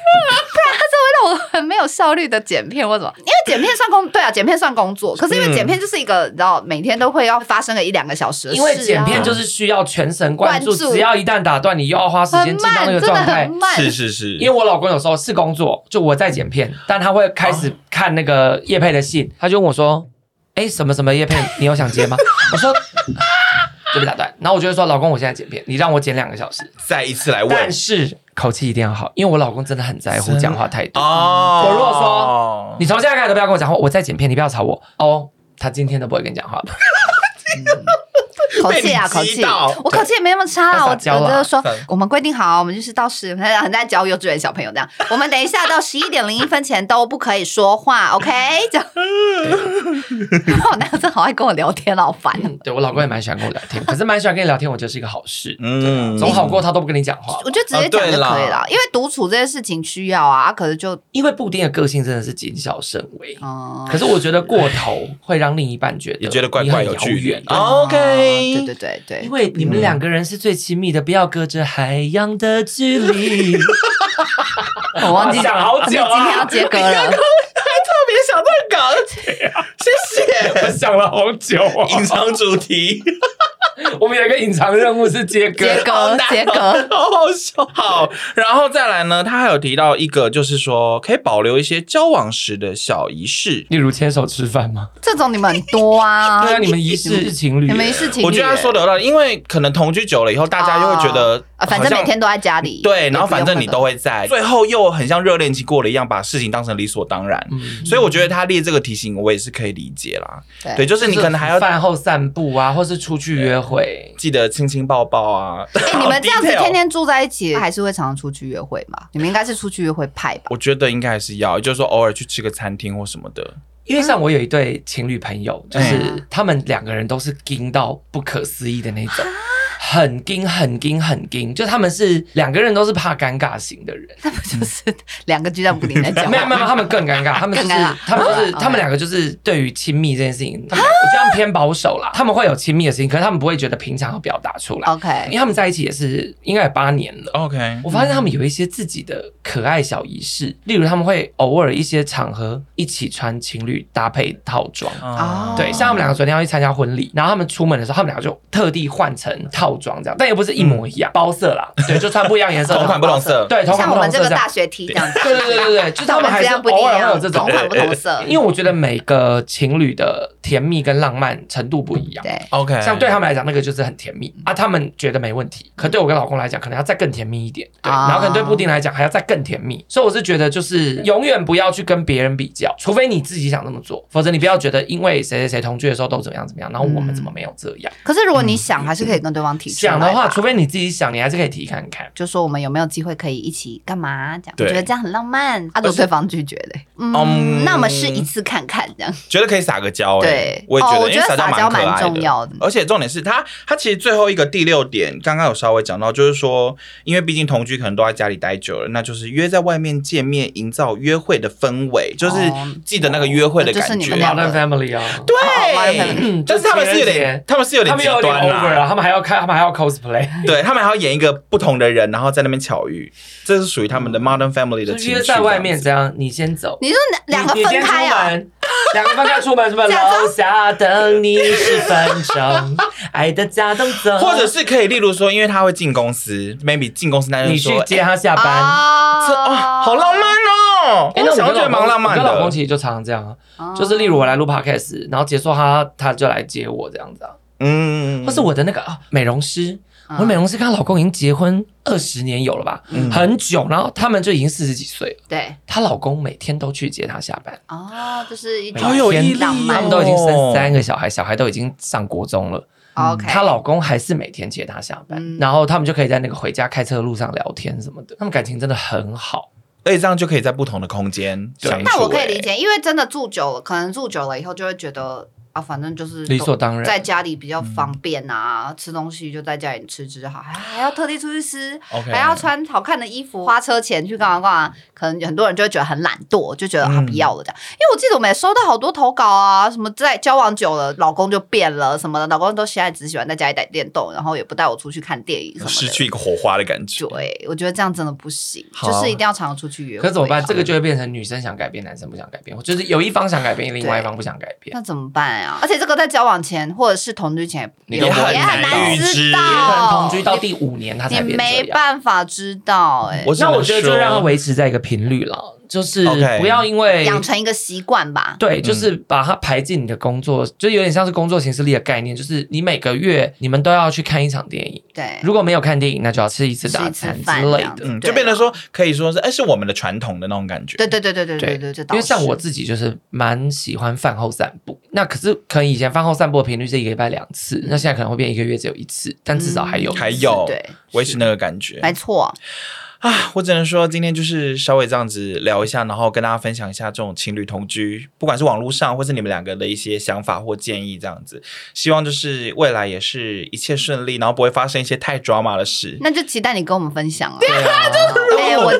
A: 然他就会让我很没有效率的剪片或什么，因为剪片算工，对啊，剪片算工作，可是因
D: 嗯
A: 为剪片就是一个，你知道每天都会要发生个一两个小时的事、
D: 因
A: 啊，
D: 为剪片就是需要全神贯注，
A: 关注
D: 只要一旦打断，你又要花时间
A: 很
D: 进到
A: 慢，
D: 那个
A: 真
D: 状
A: 的
D: 态
A: 很。慢，
C: 是是是，
D: 因为我老公有时候是工作，就我在剪片，但他会开始看那个叶佩的信，他就问我说：“哎、什么什么叶佩，你有想接吗？” 我说：“就被打断。”然后我就会说：“老公，我现在剪片，你让我剪两个小时，
C: 再一次来问
D: 但是口气一定要好，因为我老公真的很在乎讲话态度。
C: 哦
D: 我如果说你从现在开始都不要跟我讲话，我在剪片，你不要吵我哦。”他今天都不会跟你讲话的，
A: 口气啊，
C: 被
A: 口
C: 你
A: 气
C: 激到，
A: 我口气也没那么差
D: 要
A: 啊。
D: 撒
A: 我我
D: 娇啦
A: 就是说
C: 撒，
A: 我们规定好，我们就是到十，很很在教幼稚园小朋友这样。我们等一下到十一点零一分前都不可以说话，OK？这 样。然后我男友真的好爱跟我聊天，好烦哦。
D: 对我老公也蛮喜欢跟我聊天，可是蛮喜欢跟你聊天，我觉得是一个好事，
C: 嗯
D: 总好过他都不跟你讲话吧。
A: 我就直接讲就
C: 哦
A: 可以
C: 对
A: 了
C: 啦，
A: 因为独处这件事情需要啊，啊可是就
D: 因为布丁的个性真的是谨小慎微，
A: 嗯，
D: 哦可是我觉得过头会让另一半觉得
C: 也觉得怪怪有距离
D: 你很遥远啊
C: 哦 OK
A: 对对对对，
D: 因为你们两个人是最亲密的，不要隔着海洋的距离。
A: 我忘记
D: 哇嗯想好
A: 我们
D: 久啊
A: 今天要接歌了。
C: 别想这搞，谢
D: 我想了好久啊、
C: 谢。隐藏主 题，
D: 我们有一个隐藏任务是接歌，
A: 接歌
C: 好难哦
A: 接歌，
C: 好好笑。好，然后再来呢，他还有提到一个，就是说可以保留一些交往时的小仪式。
D: 例如牵手吃饭吗？
A: 这种你们很多 啊，
D: 对啊，你们疑似是情侣耶，
A: 你们是情侣耶，
C: 我觉得他说得到，因为可能同居久了以后，大家就会觉得
A: 啊，反正
C: 好像
A: 每天都在家里，
C: 对，然后反正你都
A: 会。
C: 会在，最后又很像热恋期过了一样，把事情当成理所当然。
D: 嗯
C: 所以我觉得他列这个提醒，我也是可以理解啦。
A: 对
C: 对，就是你可能还要
D: 饭后散步啊，或是出去约会。
C: 记得亲亲抱抱啊。
A: 哎、你们这样子
C: 好 detail
A: 天，天住在一起，还是会常常出去约会吗？你们应该是出去约会派吧？
C: 我觉得应该还是要，就是说偶尔去吃个餐厅或什么的。
D: 因为像我有一对情侣朋友，就是
A: 嗯
D: 他们两个人都是盯到不可思议的那
A: 啊
D: 种，很盯、很盯、很盯，就他们是两个人都是怕尴尬型的 人。
A: 那不就是两个鸡蛋不停在讲
D: 没有没
A: 话？
D: 有，他们更尴尬，他们就是
A: 更尴尬
D: 他们就是
A: 啊
D: 他们两个就是对于亲密这件事情，他们我觉得他们偏保守啦，他们会有亲密的事情，可是他们不会觉得平常要表达出来，因为
A: OK，
D: 他们在一起也是应该有八年了。
C: OK，
D: 我发现他们有一些自己的可爱小仪式，例如他们会偶尔一些场合一起穿情侣搭配套装，
A: 哦
D: 对，像他们两个昨天要去参加婚礼，然后他们出门的时候，他们两个就特地换成套装这样，但也不是一模一样，包色啦，对，就穿不一样颜 色，
C: 同款不同色
D: 对，同款
A: 像
D: 不
A: 我
D: 同
A: 们这
D: 色
A: 个
D: 这样
A: 大。学 T 这样子，
D: 对对对对 对，就是他们还
A: 这
D: 是
A: 样不一
D: 偶尔会有
A: 样，
D: 这
A: 同
D: 种，
A: 款不同色，
D: 因为我觉得每个情侣的甜蜜跟浪漫程度不一样。
A: 对，
C: OK，
D: 像对他们来讲，那个就是很甜
C: 嗯
D: 蜜啊，他们觉得没问题。可对我跟老公来讲，可能要再更甜蜜一点，对。
A: 啊
D: 然后可能对布丁来讲，还要再更甜蜜。所以我是觉得，就是
C: 嗯
D: 永远不要去跟别人比较，除非你自己想这么做，否则你不要觉得因为谁谁谁同居的时候都怎么样怎么样，然后我们怎么没有这样。
A: 可是如果
C: 嗯
A: 你想，还是可以跟对方提出来吧
D: 想的话，除非你自己想，你还是可以提看看。
A: 就说我们有没有机会可以一起干嘛？这样我
C: 对
A: 觉得这样很浪漫。啊，如果对方拒绝的，
C: 嗯
A: 嗯，那我们试一次看看这样。
C: 觉得可以撒个娇、欸，
A: 对
C: 我也觉得，
A: 哦我
C: 因
A: 觉
C: 为撒
A: 得撒
C: 蛮
A: 娇
C: 可爱
A: 蛮重要
C: 的
A: 的。
C: 而且重点是他，他其实最后一个第六点，刚刚有稍微讲到，就是说，因为毕竟同居可能都在家里待久了，那就是约在外面见面，营造约会的氛围，就是
A: 哦
C: 记得那个约会的
A: 就是
C: 感
A: 你
C: 觉。
A: 们两个
D: Modern Family 啊，
A: 哦，Modern
C: 对
A: Family，
C: 但是他们是有
D: 就情人
C: 点
D: 节，
C: 他们是有点
D: 他
C: 极
D: 们有点
C: 端
D: over
C: 啦、
D: 啊了，他们还要看，他们还要 cosplay。
C: 对他们还要演一个不同的人，然后在那边巧遇，这是属于他们的 Modern Family 的
D: 就
C: 情
D: 是
C: 绪。
D: 约在外面
C: 这样
D: 怎样？你先走，
A: 你说两个
D: 你
A: 分开
D: 你
A: 啊？
D: 先出门两个分开出门是吧？
A: 假装
D: 楼下等你十分钟，爱的假动作，
C: 子，或者是可以，例如说，因为他会进公司，maybe 进公司那就
D: 你
C: 说
D: 去接他下
C: 哦
D: 班。
A: 啊
C: 这哦，好浪漫哦！
D: 哎
C: 我想
D: 我
C: 要觉得
D: 跟老
C: 蛮
D: 公
C: 浪漫
D: 我跟老公
C: 的。哦
D: 其实就常常这样啊，
A: 漫
D: 就是例如我来录 podcast，然后结束他他就来接我这样子啊，
C: 嗯
D: 或是我的那个啊美容师，我的美容师跟她老公已经结婚二十年有了吧，
C: 嗯
D: 很久，然后他们就已经四十几岁了，
A: 对
D: 她老公每天都去接她下班。
A: 哦，就是一种
C: 好有毅力
A: 浪
C: 哦
D: 他
A: 漫
D: 们都已经生三个小孩，小孩都已经上国中了。
A: OK，
D: 嗯她老公还是每天接她下班，
A: 嗯
D: 然后他们就可以在那个回家开车的路上聊天什么的。他们感情真的很好，
C: 而哎且这样就可以在不同的空间
D: 对
C: 相处。
A: 那我可以
C: 哎
A: 理。解，因为真的住久了，可能住久了以后就会觉得啊，反正就是
D: 理所当然
A: 在家里比较方便啊，吃东西就在家里吃吃好，还还要特地出去吃
C: OK
A: 还要穿好看的衣服，花车钱去干嘛干嘛，可能很多人就会觉得很懒惰，就觉得啊
C: 嗯
A: 不要了这样。因为我记得我们也收到好多投稿啊，什么在交往久了，老公就变了什么的，老公都现在只喜欢在家里打电动，然后也不带我出去看电影什么的。
C: 失去一个火花的感觉，
A: 对，欸我觉得这样真的不行，
D: 好
A: 就是一定要常常出去约会。
D: 可怎么办？这个就会变成女生想改变，男生不想改变，或就是有一方想改变，另外一方不想改变，
A: 那怎么办啊？而且这个在交往前或者是同居前
D: 你
A: 也
D: 都
A: 也
D: 很
A: 很
D: 难
A: 难
D: 预
C: 知
A: 知
C: 也
A: 道，
D: 也可能同居到第五年他才
A: 你
D: 变
A: 没
D: 这样。
A: 办法知道哎、
C: 我只
D: 那
C: 能
D: 我觉得就让他
C: 说
D: 维持在一个频率了，就是
C: OK
D: 不要因为
A: 养成一个习惯吧。
D: 对，就是把它排进你的工作，就有点像是工作形式力的概念，就是你每个月你们都要去看一场电影，
A: 对，
D: 如果没有看电影，那就要吃一次
A: 吃
D: 大
A: 一次
D: 餐之
A: 饭
D: 类
A: 这样
D: 的
A: 子。
C: 嗯，
A: 对啊
C: 就变得说可以说是，哎，是我们的传统的那种感觉。
A: 对对对对对
D: 对
A: 对对，这倒
D: 因为像
A: 是
D: 我自己就是蛮喜欢饭后散步，那可是可能以前饭后散步的频率是一个礼拜两次，那现在可能会变一个月只有一次，但至少还
A: 嗯
D: 有一次、
C: 嗯还有
A: 对，
C: 维持那个感觉
A: 没错，
C: 啊！我只能说，今天就是稍微这样子聊一下，然后跟大家分享一下这种情侣同居，不管是网络上或是你们两个的一些想法或建议，这样子。希望就是未来也是一切顺利，然后不会发生一些太 drama 的事。
A: 那就期待你跟我们分享啊。
D: 对啊，
A: 哎、我我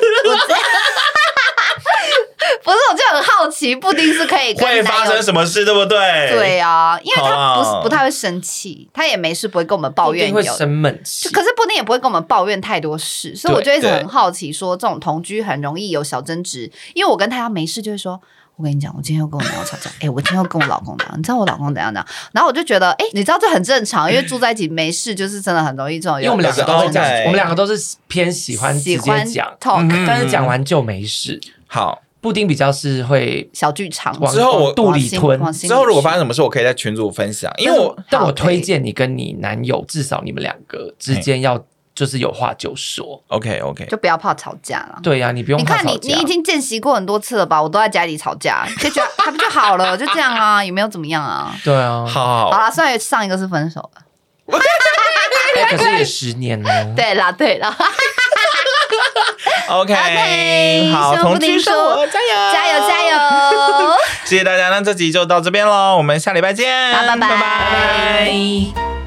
A: 不是，我就很好奇，布丁是可以 跟
C: 会
A: 男
C: 发
A: 友
C: 生什么事，对不对？
A: 对啊，因为他不
C: 好啊
A: 是不太会生气，他也没事不会跟我们抱
D: 一
A: 怨
D: 定会
A: 有
D: 生闷气
A: 就。可是布丁也不会跟我们抱怨太多事，所以我就一直很好奇说，这种同居很容易有小争执，因为我跟他没事就会说。我跟你讲，我今天又跟我男友吵架，哎、我今天又跟我老公讲，你知道我老公怎样怎样，然后我就觉得，哎、你知道这很正常，因为住在一起没事，就是真的很容易这种
D: 因
A: 有，
D: 为我们两个都会讲，
C: OK
D: 我们两个都是偏喜欢直
A: 喜
D: 接
A: 欢
D: 讲，
A: talk
C: 嗯
D: 但是讲完就没事。
C: 好，
D: 布丁比较是会
A: 小剧场
D: 往
C: 之后我
D: 往肚里吞，
C: 之后如果发生什么事，我可以在群组分享，因为我
D: 但我
A: 好
D: 推荐你跟你男友，至少你们两个之间要就是有话就说。
C: OK OK，
A: 就不要怕吵架了。
D: 对啊呀、你不用
A: 你
D: 怕
A: 看
D: 吵
A: 你
D: 架
A: 你已经见习过很多次了吧？我都在家里吵架，就觉得还不就好了，就这样啊，也没有怎么样啊。
D: 对啊，
C: 好好
A: 好
C: 好，
A: 啦，虽然上一个是分手 了，
D: 哎可是也十年哦。
A: 对啦对啦，
C: OK，,
A: OK，
C: 好，
A: 希望
C: 同
A: 布丁
C: 居生活
A: 说
C: 加油
A: 加油加！油！
C: 谢谢大家，那这集就到这边喽，我们下礼拜见，
A: 好拜拜
C: 拜拜
D: 拜